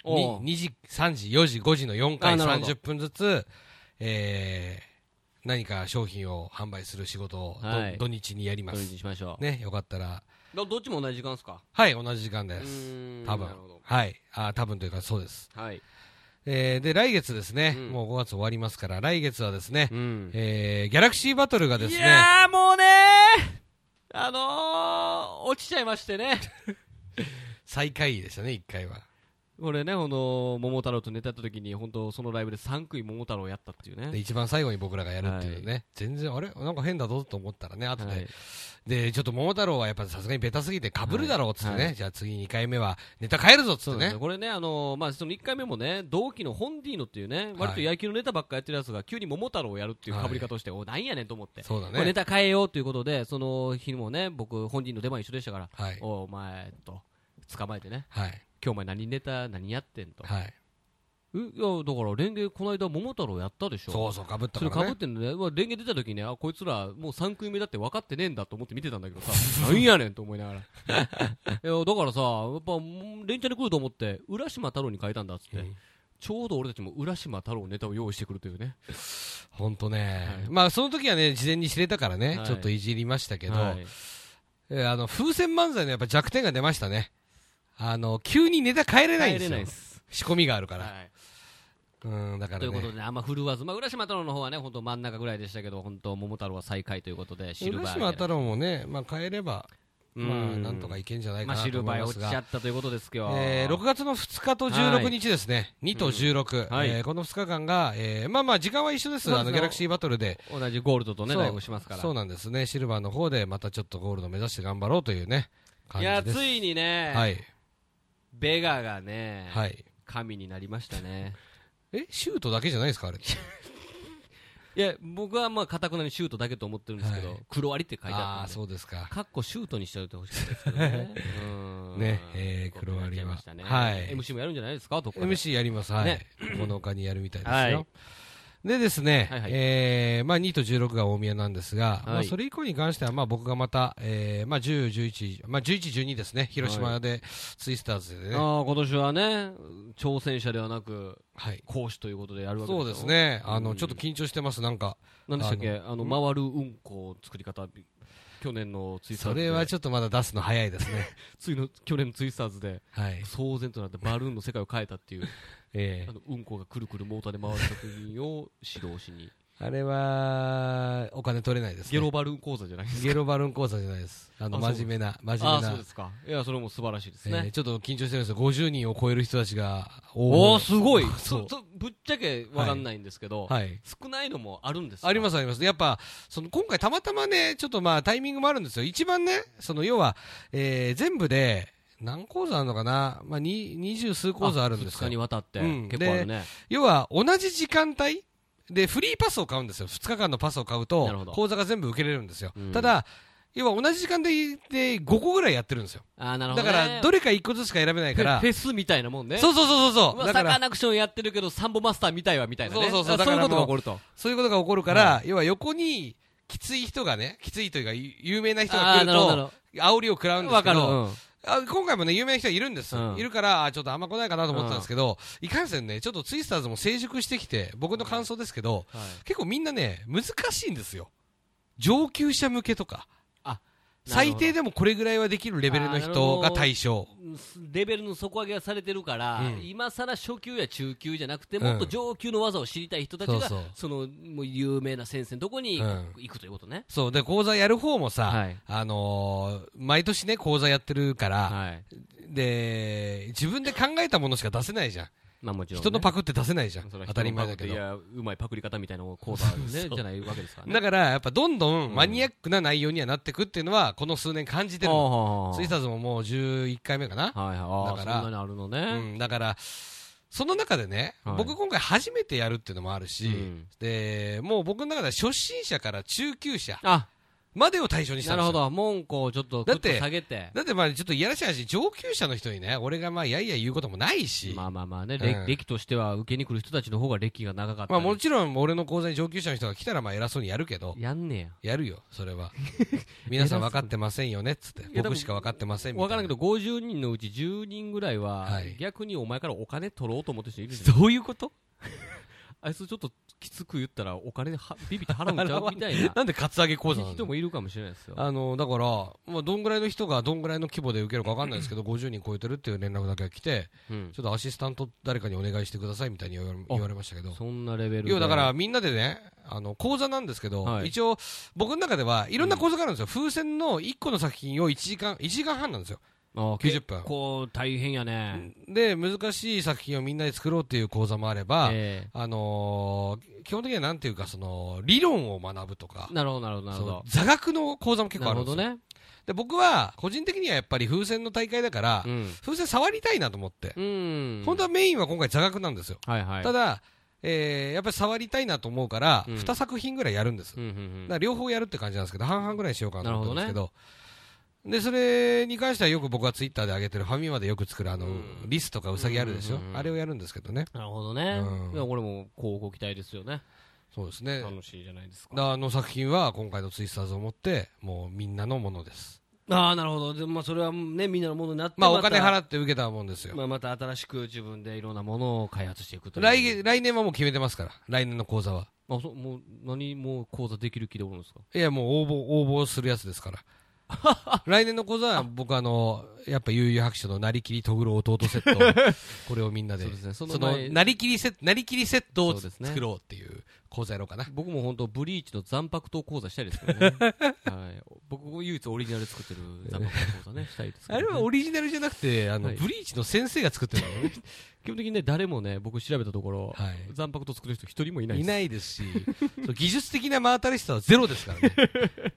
Speaker 1: おう
Speaker 2: に2時、3時、4時、5時の4回
Speaker 1: あなるほど
Speaker 2: 30分ずつ、えー、何か商品を販売する仕事をど、
Speaker 1: はい
Speaker 2: 土日にやりま
Speaker 1: 土日
Speaker 2: す。
Speaker 1: にしましょう、
Speaker 2: ね、よかったら、
Speaker 1: どどっちも同じ時間ですか
Speaker 2: はい、同じ時間で
Speaker 1: う
Speaker 2: す。
Speaker 1: ーん
Speaker 2: 多分
Speaker 1: なるほど。
Speaker 2: はい。あー、多分というかそうです。
Speaker 1: はい、
Speaker 2: えー、で、来月ですね、
Speaker 1: うん
Speaker 2: もう5月終わりますから、来月はですね、
Speaker 1: うん
Speaker 2: えー、ギャラクシーバトルがです
Speaker 1: い
Speaker 2: ね、
Speaker 1: やーもうねあのー、落ちちゃいまして ね
Speaker 2: 最下位でしたね、1回は。
Speaker 1: 俺ねこの桃太郎とネタやった時に本当そのライブで3組桃太郎をやったっていうね
Speaker 2: で、一番最後に僕らがやるっていうね、全然、あれなんか変だぞと思ったらね、後で、
Speaker 1: はい
Speaker 2: で、ちょっと桃太郎はやっぱさすがにベタすぎて被るだろうっつってね、
Speaker 1: はい
Speaker 2: じゃあ次2回目はネタ変えるぞっつ
Speaker 1: そ
Speaker 2: っ
Speaker 1: う
Speaker 2: て
Speaker 1: です
Speaker 2: ね。
Speaker 1: ね、これね、あのーまあ、その1回目もね、同期のホンディーノっていうね、割と
Speaker 2: はい
Speaker 1: 野球のネタばっかやってるやつが、急に桃太郎をやるっていうかぶり方をして、おなんやねんと思って、
Speaker 2: そうだ
Speaker 1: これネ
Speaker 2: ね。
Speaker 1: タ変えようということで、その日もね、僕、本人の出番一緒でしたから、
Speaker 2: はい。
Speaker 1: おお前と、捕まえてね、
Speaker 2: はい。
Speaker 1: 今日お前何ネタ、何やってんと、
Speaker 2: はい。
Speaker 1: ういやだから、レンゲ、この間、桃太郎やったでしょ、
Speaker 2: そうそう、被った
Speaker 1: そ
Speaker 2: か
Speaker 1: れからぶ
Speaker 2: ね
Speaker 1: っ。てんのね、まあ、レンゲ出た時にね、あこいつら、もう3組目だって分かってねえんだと思って見てたんだけどさ、 なんやねんと思いながら、い やだからさ、やっぱ、んレンチャンに来ると思って、浦島太郎に変えたんだっつって、
Speaker 2: うん
Speaker 1: ちょうど俺たちも浦島太郎ネタを用意してくるというね、
Speaker 2: ほんとね、
Speaker 1: はい
Speaker 2: まあその時はね、事前に知れたからね、
Speaker 1: はい
Speaker 2: ちょっといじりましたけど、
Speaker 1: はい
Speaker 2: えーあの、風船漫才のやっぱ弱点が出ましたね。あの、急にネタ変えれないん
Speaker 1: 変えれ
Speaker 2: です
Speaker 1: ない
Speaker 2: よ
Speaker 1: で。す。
Speaker 2: 仕込みがあるから。
Speaker 1: はい
Speaker 2: うん、だから
Speaker 1: と
Speaker 2: ね。
Speaker 1: いうことでね、あんま振るわず、まあ、浦島太郎の方はね、本当真ん中ぐらいでしたけど、本当桃太郎は最下位ということで、シルバー
Speaker 2: 浦島太郎もね、まあ変えれば、まあ
Speaker 1: うん
Speaker 2: なんとかいけんじゃない
Speaker 1: ま
Speaker 2: か
Speaker 1: あ、
Speaker 2: な
Speaker 1: シ
Speaker 2: と
Speaker 1: ル
Speaker 2: 思
Speaker 1: バーへ
Speaker 2: いま
Speaker 1: 落
Speaker 2: す
Speaker 1: ち
Speaker 2: が
Speaker 1: ちゃ。ったということですけど、
Speaker 2: えー6月の2日と16日ですね、2と16、
Speaker 1: はい
Speaker 2: えーこの2日間が、えーまあまあ、時間は一緒で
Speaker 1: そ
Speaker 2: す、
Speaker 1: うですね
Speaker 2: あのギャラクシーバトルで、
Speaker 1: 同じゴールドとね、
Speaker 2: そう
Speaker 1: ライブしますから。
Speaker 2: そうなんですね、シルバーの方でまたちょっとゴールド目指して頑張ろうというね、感
Speaker 1: い
Speaker 2: じ
Speaker 1: や、
Speaker 2: です。
Speaker 1: ついにね、
Speaker 2: はい、
Speaker 1: ベガがね、
Speaker 2: はい、
Speaker 1: 神になりましたね。
Speaker 2: え、シュートだけじゃないですか、あれ、
Speaker 1: いや、僕はまあ、かたくなにシュートだけと思ってるんですけど、
Speaker 2: はい
Speaker 1: 黒割って書いてあ
Speaker 2: あ
Speaker 1: っ
Speaker 2: あー、
Speaker 1: たん
Speaker 2: そうですか
Speaker 1: で、、かっこシュートにしておいてほしかったですけど ね。うん
Speaker 2: ねえー黒割は
Speaker 1: ということになっちゃいましたね。
Speaker 2: はい
Speaker 1: MC もやるんじゃないですか、どっかで
Speaker 2: MC やります、はい
Speaker 1: ね
Speaker 2: 9日にやるみたいですよ。
Speaker 1: はい
Speaker 2: でですね、
Speaker 1: はいはい
Speaker 2: えーまあ、2と16が大宮なんですが、
Speaker 1: はい
Speaker 2: まあ、それ以降に関してはまあ僕がまた、えーまあ、10、11、まあ、11、12ですね、広島でツイスターズでね、は
Speaker 1: ああ今年はね、挑戦者ではなく、
Speaker 2: い、
Speaker 1: 講師ということでやるわけ
Speaker 2: そうです。ね、あ
Speaker 1: う
Speaker 2: の
Speaker 1: ん
Speaker 2: ちょっと緊張してます、なんか、
Speaker 1: なんでしたっけ、あの回るうんこ作り方、去年のツイスター
Speaker 2: そ
Speaker 1: ズで、
Speaker 2: れはちょっとまだ出すの早いで すね、
Speaker 1: ついの去年のツイスターズで、
Speaker 2: はい、
Speaker 1: 騒然となってバルーンの世界を変えたっていう、
Speaker 2: え
Speaker 1: あのうんこがくるくるモーターで回る作品を指導しに、
Speaker 2: えあれはお金取れないです、ね、
Speaker 1: ゲロバルーン講座じゃないですか。
Speaker 2: ゲロバルーン講座じゃないです、あの
Speaker 1: あそうです
Speaker 2: 真面目な、真
Speaker 1: ああー、
Speaker 2: 面目
Speaker 1: そう
Speaker 2: な
Speaker 1: で。すか。いや、それも素晴らしいです
Speaker 2: え
Speaker 1: ね
Speaker 2: ー。ちょっと緊張してるんですよ、50人を超える人たちが、
Speaker 1: おおー
Speaker 2: ー
Speaker 1: すごい
Speaker 2: そ
Speaker 1: そうそぶっちゃけわかんないんですけど、
Speaker 2: はい、
Speaker 1: 少ないのもあるんです。
Speaker 2: ありますすあります。やっぱ、その今回たまたまね、ちょっとまあタイミングもあるんですよ。一番ね、その要は、えー全部で、何講座あるのかなまあ、に二十数講座あるんです
Speaker 1: 2日
Speaker 2: よ
Speaker 1: に。わたって、
Speaker 2: うん
Speaker 1: 結構あるね。
Speaker 2: 要は、同じ時間帯でフリーパスを買うんですよ。2日間のパスを買う
Speaker 1: なるほ
Speaker 2: と
Speaker 1: ど、
Speaker 2: 講座が全部受けれるんですよ。
Speaker 1: うん
Speaker 2: ただ、要は同じ時間でで5個ぐらいやってるんですよ。
Speaker 1: あーなるほ
Speaker 2: だ
Speaker 1: ど、ね。
Speaker 2: から、どれか1個ずつしか選べない
Speaker 1: フ
Speaker 2: か
Speaker 1: ェ
Speaker 2: ら
Speaker 1: フ、ェスみたいなもんね。
Speaker 2: そうそうそうそう
Speaker 1: う
Speaker 2: そ
Speaker 1: わ
Speaker 2: う。だ
Speaker 1: サカ
Speaker 2: から、
Speaker 1: ナクションやってるけど、サンボマスターみたいわ、みたいなね。
Speaker 2: そうそうそう
Speaker 1: だからそういうことが起こると。
Speaker 2: そういうことが起こるから、要は横に、きつい人がね、きついというか、ゆ有名な人が
Speaker 1: あ
Speaker 2: 来
Speaker 1: ー
Speaker 2: る
Speaker 1: なるほどなる
Speaker 2: と
Speaker 1: ほ、
Speaker 2: 煽りを食らうん
Speaker 1: ど。
Speaker 2: です
Speaker 1: わ
Speaker 2: け
Speaker 1: かる。う
Speaker 2: ど、
Speaker 1: ん
Speaker 2: あ今回もね、有名な人はいるんです、
Speaker 1: うん
Speaker 2: いるから、あちょっとあんま来ないかなと思ってたんですけど、いかんせんね、ちょっとツイスターズも成熟してきて、僕の感想ですけど、結構みんなね、難しいんですよ。上級者向けとか。
Speaker 1: あ
Speaker 2: 最低でもこれぐらいはできるレベルの人が対象。
Speaker 1: レベルの底上げがされてるから、
Speaker 2: うん
Speaker 1: 今さら初級や中級じゃなくて、
Speaker 2: うん
Speaker 1: もっと上級の技を知りたい人たちが、
Speaker 2: そう
Speaker 1: そ
Speaker 2: そう
Speaker 1: のもう有名な先生のとこに
Speaker 2: うん
Speaker 1: 行くということね。
Speaker 2: そう、で、講座やる方もさ、
Speaker 1: はい
Speaker 2: あのー毎年ね、講座やってるから、
Speaker 1: はい。
Speaker 2: で、自分で考えたものしか出せないじゃん。
Speaker 1: まあもちろんね、
Speaker 2: 人のパクって出せないじゃん。
Speaker 1: それは
Speaker 2: 当
Speaker 1: 人の
Speaker 2: たり前だ
Speaker 1: パク
Speaker 2: け
Speaker 1: ってい
Speaker 2: ど。
Speaker 1: や、うまいパクり方みたいなのを講座はね、じゃないわけですからね。
Speaker 2: だから、やっぱどんど
Speaker 1: うん
Speaker 2: んマニアックな内容にはなってくっていうのは、この数年感じてるの。
Speaker 1: ああ
Speaker 2: ツイスターズももう11回目か
Speaker 1: は
Speaker 2: な。
Speaker 1: いはい。ああ、
Speaker 2: だ
Speaker 1: そん
Speaker 2: から
Speaker 1: なにあるのね。
Speaker 2: うん、だから、その中でね、
Speaker 1: はい
Speaker 2: 僕今回初めてやるっていうのもあるし、
Speaker 1: うん
Speaker 2: で、もう僕の中では初心者から中級者、
Speaker 1: あ、
Speaker 2: までを対象にした
Speaker 1: なんる
Speaker 2: です
Speaker 1: ほ
Speaker 2: よ。
Speaker 1: ど門戸をちょっとグッと下げて
Speaker 2: だってまあちょっといやらしい話、上級者の人にね、俺がまあやいや言うこともないし、
Speaker 1: ま
Speaker 2: ま
Speaker 1: あ
Speaker 2: あ、
Speaker 1: まあまあね、
Speaker 2: ん
Speaker 1: 歴歴としては受けに来る人たちの方が歴が長かったり
Speaker 2: もちろん俺の講座に上級者の人が来たらまあ偉そうにやるけど、
Speaker 1: やんね
Speaker 2: やるよ、そ れは。皆さん分かってませんよねっつって、
Speaker 1: やでも
Speaker 2: 僕しか分かってませ
Speaker 1: や
Speaker 2: んみたい
Speaker 1: 分か
Speaker 2: な。
Speaker 1: らんけど50人のうち10人ぐらいは、
Speaker 2: はい
Speaker 1: 逆にお前からお金取ろうと思ってる人いるじゃん
Speaker 2: どういうこと
Speaker 1: あいつちょっときつく言ったらお金はビビって払うんちゃうみたい な
Speaker 2: なんでカツアゲ講座なの
Speaker 1: 人もいるかもしれないですよ
Speaker 2: あのだから、まあ、どんぐらいの人がどんぐらいの規模で受けるか分かんないですけど、50人超えてるっていう連絡だけが来て、
Speaker 1: うん
Speaker 2: ちょっとアシスタント誰かにお願いしてくださいみたいに言われ言われましたけど、
Speaker 1: そんなレベルで
Speaker 2: 要はだからみんなでね、あの講座なんですけど、
Speaker 1: はい
Speaker 2: 一応、僕の中ではいろんな講座があるんですよ、風船の1個の作品を1時間 ,1 時間半なんですよ、
Speaker 1: ああ
Speaker 2: 90分
Speaker 1: 結構大変やね、
Speaker 2: で難しい作品をみんなで作ろうっていう講座もあれば、
Speaker 1: え
Speaker 2: あのー基本的にはなんていうか、その理論を学ぶとか
Speaker 1: え。なるほどなるほどなる
Speaker 2: そ
Speaker 1: ほ
Speaker 2: の
Speaker 1: ど
Speaker 2: 座学の講座も結構
Speaker 1: な
Speaker 2: あ
Speaker 1: る
Speaker 2: る
Speaker 1: ほ
Speaker 2: んです
Speaker 1: ど
Speaker 2: よ、
Speaker 1: ね
Speaker 2: で僕は個人的にはやっぱり風船の大会だから、
Speaker 1: うん
Speaker 2: 風船触りたいなと思って、
Speaker 1: うん
Speaker 2: 本当はメインは今回座学なんですよ、
Speaker 1: はいはい
Speaker 2: ただ、えーやっぱり触りたいなと思うから、
Speaker 1: うん
Speaker 2: 2作品ぐらいやるんです、
Speaker 1: うんうんうん
Speaker 2: だから両方やるって感じなんですけど、半々ぐらいにしようかなと思ってるんですけど、でそれに関してはよく僕はツイッターで上げてる、ファミマでよく作るあの、
Speaker 1: うん
Speaker 2: リスとかウサギあるでしょ、
Speaker 1: うんうんうん
Speaker 2: あれをやるんですけどね、
Speaker 1: なるほどね、
Speaker 2: うん
Speaker 1: いやこれもこうご期待ですよね
Speaker 2: そうですね、
Speaker 1: 楽しいじゃないですか
Speaker 2: だあの作品は今回のツイスターズをもって、もうみんなのものです、
Speaker 1: ああなるほどで、まあ、それはねみんなのものになって
Speaker 2: まあ、お金払
Speaker 1: っ
Speaker 2: って受けたもんです
Speaker 1: て
Speaker 2: よ、
Speaker 1: まあ、また新しく自分でいろんなものを開発していくという
Speaker 2: 来月来年はもう決めてますから、来年の講座は。
Speaker 1: あそうもう何もう講座できる気でおるんですか
Speaker 2: いや、もう応募、応募するやつで すから。来年の講座は僕あの、やっぱ悠々白書のなりきりとぐろ弟セッ ト。これをみんなで。
Speaker 1: そうですねその
Speaker 2: その
Speaker 1: 前、
Speaker 2: なりきりセット、なりきりセットを
Speaker 1: そうですね
Speaker 2: 作ろうっていう講座やろうかな。
Speaker 1: 僕も本当ブリーチの残白刀講座したいですけどね、 はい、僕唯一オリジナルで作ってる残白刀講座ねしたいですけど
Speaker 2: あ
Speaker 1: ね、
Speaker 2: れはオリジナルじゃなくて、あの、
Speaker 1: はい
Speaker 2: ブリーチの先生が作って るのね。
Speaker 1: 基本的にね誰もね僕調べたところ、
Speaker 2: はい
Speaker 1: 残白刀作る人一人もいない
Speaker 2: い
Speaker 1: です
Speaker 2: ないで すし、そう技術的な真新しさはゼロですからね。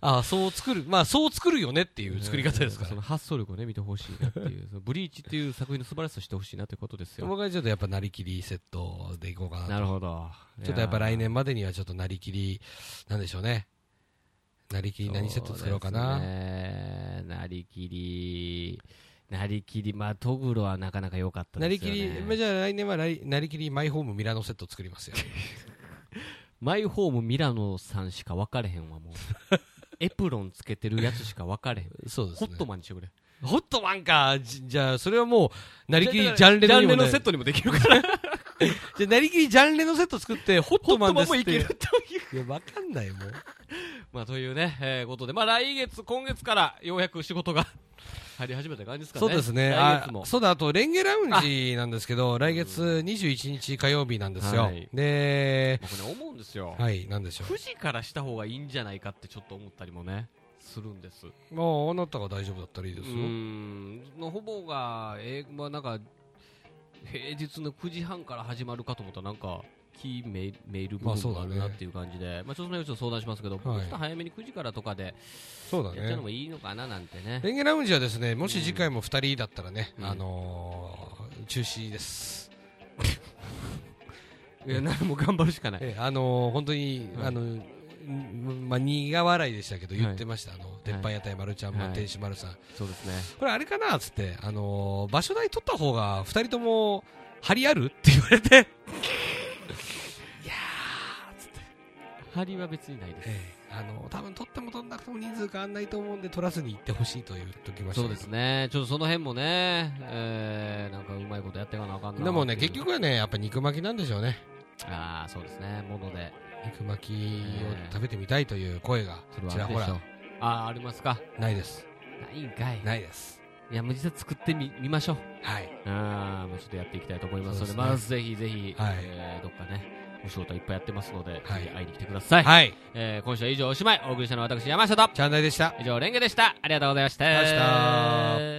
Speaker 2: ああ、そう作る、まあそう作るよねっていう作り方ですか
Speaker 1: そ
Speaker 2: ら。
Speaker 1: の発想力をね見てほしいなっていうそのブリーチっていう作品の素晴らしさを知ってほしいなってことですよ
Speaker 2: 僕はちょっとやっぱなりきりセットでいこうかなと
Speaker 1: なるほど
Speaker 2: ちょっとやっぱ来年までにはちょっとなりきり、なんでしょうね。なりきり何セット作ろうか
Speaker 1: そ
Speaker 2: な。
Speaker 1: ですねなりきりなりきりまあトグロはなかなか良かった
Speaker 2: な
Speaker 1: で
Speaker 2: り
Speaker 1: す
Speaker 2: き
Speaker 1: よ、ね、
Speaker 2: り、まあじゃあ来年はなりなりきりマイホームミラノセット作りますよ。
Speaker 1: マイホームミラノさんしか分かれへんわもう エプロンつけてるやつしか分かれへん、
Speaker 2: そうです
Speaker 1: ホ
Speaker 2: ね。
Speaker 1: ットマンにしてくれ
Speaker 2: ホットマンか。じじゃあそれはもう、なりきりジャン
Speaker 1: ジ
Speaker 2: ル
Speaker 1: ャ
Speaker 2: の
Speaker 1: ン
Speaker 2: に
Speaker 1: ル
Speaker 2: も
Speaker 1: の
Speaker 2: ね
Speaker 1: セットにもできるから
Speaker 2: じゃあなりきりジャンルのセット作って、ホッ
Speaker 1: ホ
Speaker 2: ト
Speaker 1: ッ
Speaker 2: マ
Speaker 1: ト
Speaker 2: ン
Speaker 1: マ
Speaker 2: で
Speaker 1: ン
Speaker 2: す
Speaker 1: も
Speaker 2: っ
Speaker 1: い
Speaker 2: て。
Speaker 1: けるという
Speaker 2: いや、わか んないもん。
Speaker 1: まあというね、えーことでまあ来月今月からようやく仕事が入り始めた感じですかね
Speaker 2: そうですね。
Speaker 1: 来
Speaker 2: あ
Speaker 1: 月も、
Speaker 2: そうだ、あと、レンゲラウンジなんですけど、来月21日火曜日なんですよ
Speaker 1: はい。
Speaker 2: で、
Speaker 1: 僕ね思うんですよ、
Speaker 2: はい、なんでしょ
Speaker 1: 9時からした方がいいんじゃないかってちょっと思ったりもねするんです
Speaker 2: う。もう、あなたが大丈夫だったらいいで
Speaker 1: う
Speaker 2: す
Speaker 1: ー
Speaker 2: よ。
Speaker 1: んのほぼが、えーまあ、なんか平日の9時半から始まるかと思ったらなんかキーメイメールブ
Speaker 2: まあ
Speaker 1: ー
Speaker 2: そう
Speaker 1: ムが
Speaker 2: だ
Speaker 1: あ
Speaker 2: ね
Speaker 1: るなっていう感じで、まあちょっとその辺をちょっと相談しますけど、
Speaker 2: はい
Speaker 1: ちょっと早めに9時からとかで
Speaker 2: そう
Speaker 1: や
Speaker 2: だ
Speaker 1: っちゃう
Speaker 2: ね
Speaker 1: の。もいいのかななんてね
Speaker 2: レンゲラウンジはですね、もし次回も2人だったらね、
Speaker 1: うん
Speaker 2: あのー中止です。
Speaker 1: いやなんもう頑張るしかない
Speaker 2: えあのー本当に、
Speaker 1: はい
Speaker 2: あのーんまあ、苦笑いでしたけど言ってました、あの鉄板屋台丸ちゃんも、
Speaker 1: はい
Speaker 2: 天使丸さん、
Speaker 1: そうですね
Speaker 2: これあれかなっつって、あのー場所代取った方が2人とも張りあるって言われて、
Speaker 1: 張りは別にないです
Speaker 2: ええあのー多分取っても取んなくても人数変わんないと思うんで取らずに行ってほしいと言っときました
Speaker 1: そ
Speaker 2: け
Speaker 1: う
Speaker 2: ど
Speaker 1: ですねちょっとその辺もね、えーなんかうまいことやっていかなあかんな
Speaker 2: でもね
Speaker 1: ってい
Speaker 2: 結
Speaker 1: う
Speaker 2: 局はねやっぱ肉巻きなんでしょうね
Speaker 1: ああそうですねもので
Speaker 2: 肉巻きを食べてみたいという声が
Speaker 1: それ
Speaker 2: ちら
Speaker 1: はある
Speaker 2: ほ
Speaker 1: でしょ
Speaker 2: ら
Speaker 1: うああありますか
Speaker 2: ないです
Speaker 1: ないんかい
Speaker 2: ないです
Speaker 1: いやもう実際作ってみ見ましょう
Speaker 2: はい
Speaker 1: ああもうちょっとやっていきたいと思いますので
Speaker 2: そうですね
Speaker 1: まずぜひぜひ、
Speaker 2: はい
Speaker 1: えーどっかねお仕事いっぱいやってますので、
Speaker 2: はい
Speaker 1: ぜひ会いに来てください、
Speaker 2: はい。
Speaker 1: えー今週は以上おしまいお送りしたのは私山下と
Speaker 2: チャンネルでした。
Speaker 1: 以上レンゲでしたありがとうございました
Speaker 2: ありがとうございま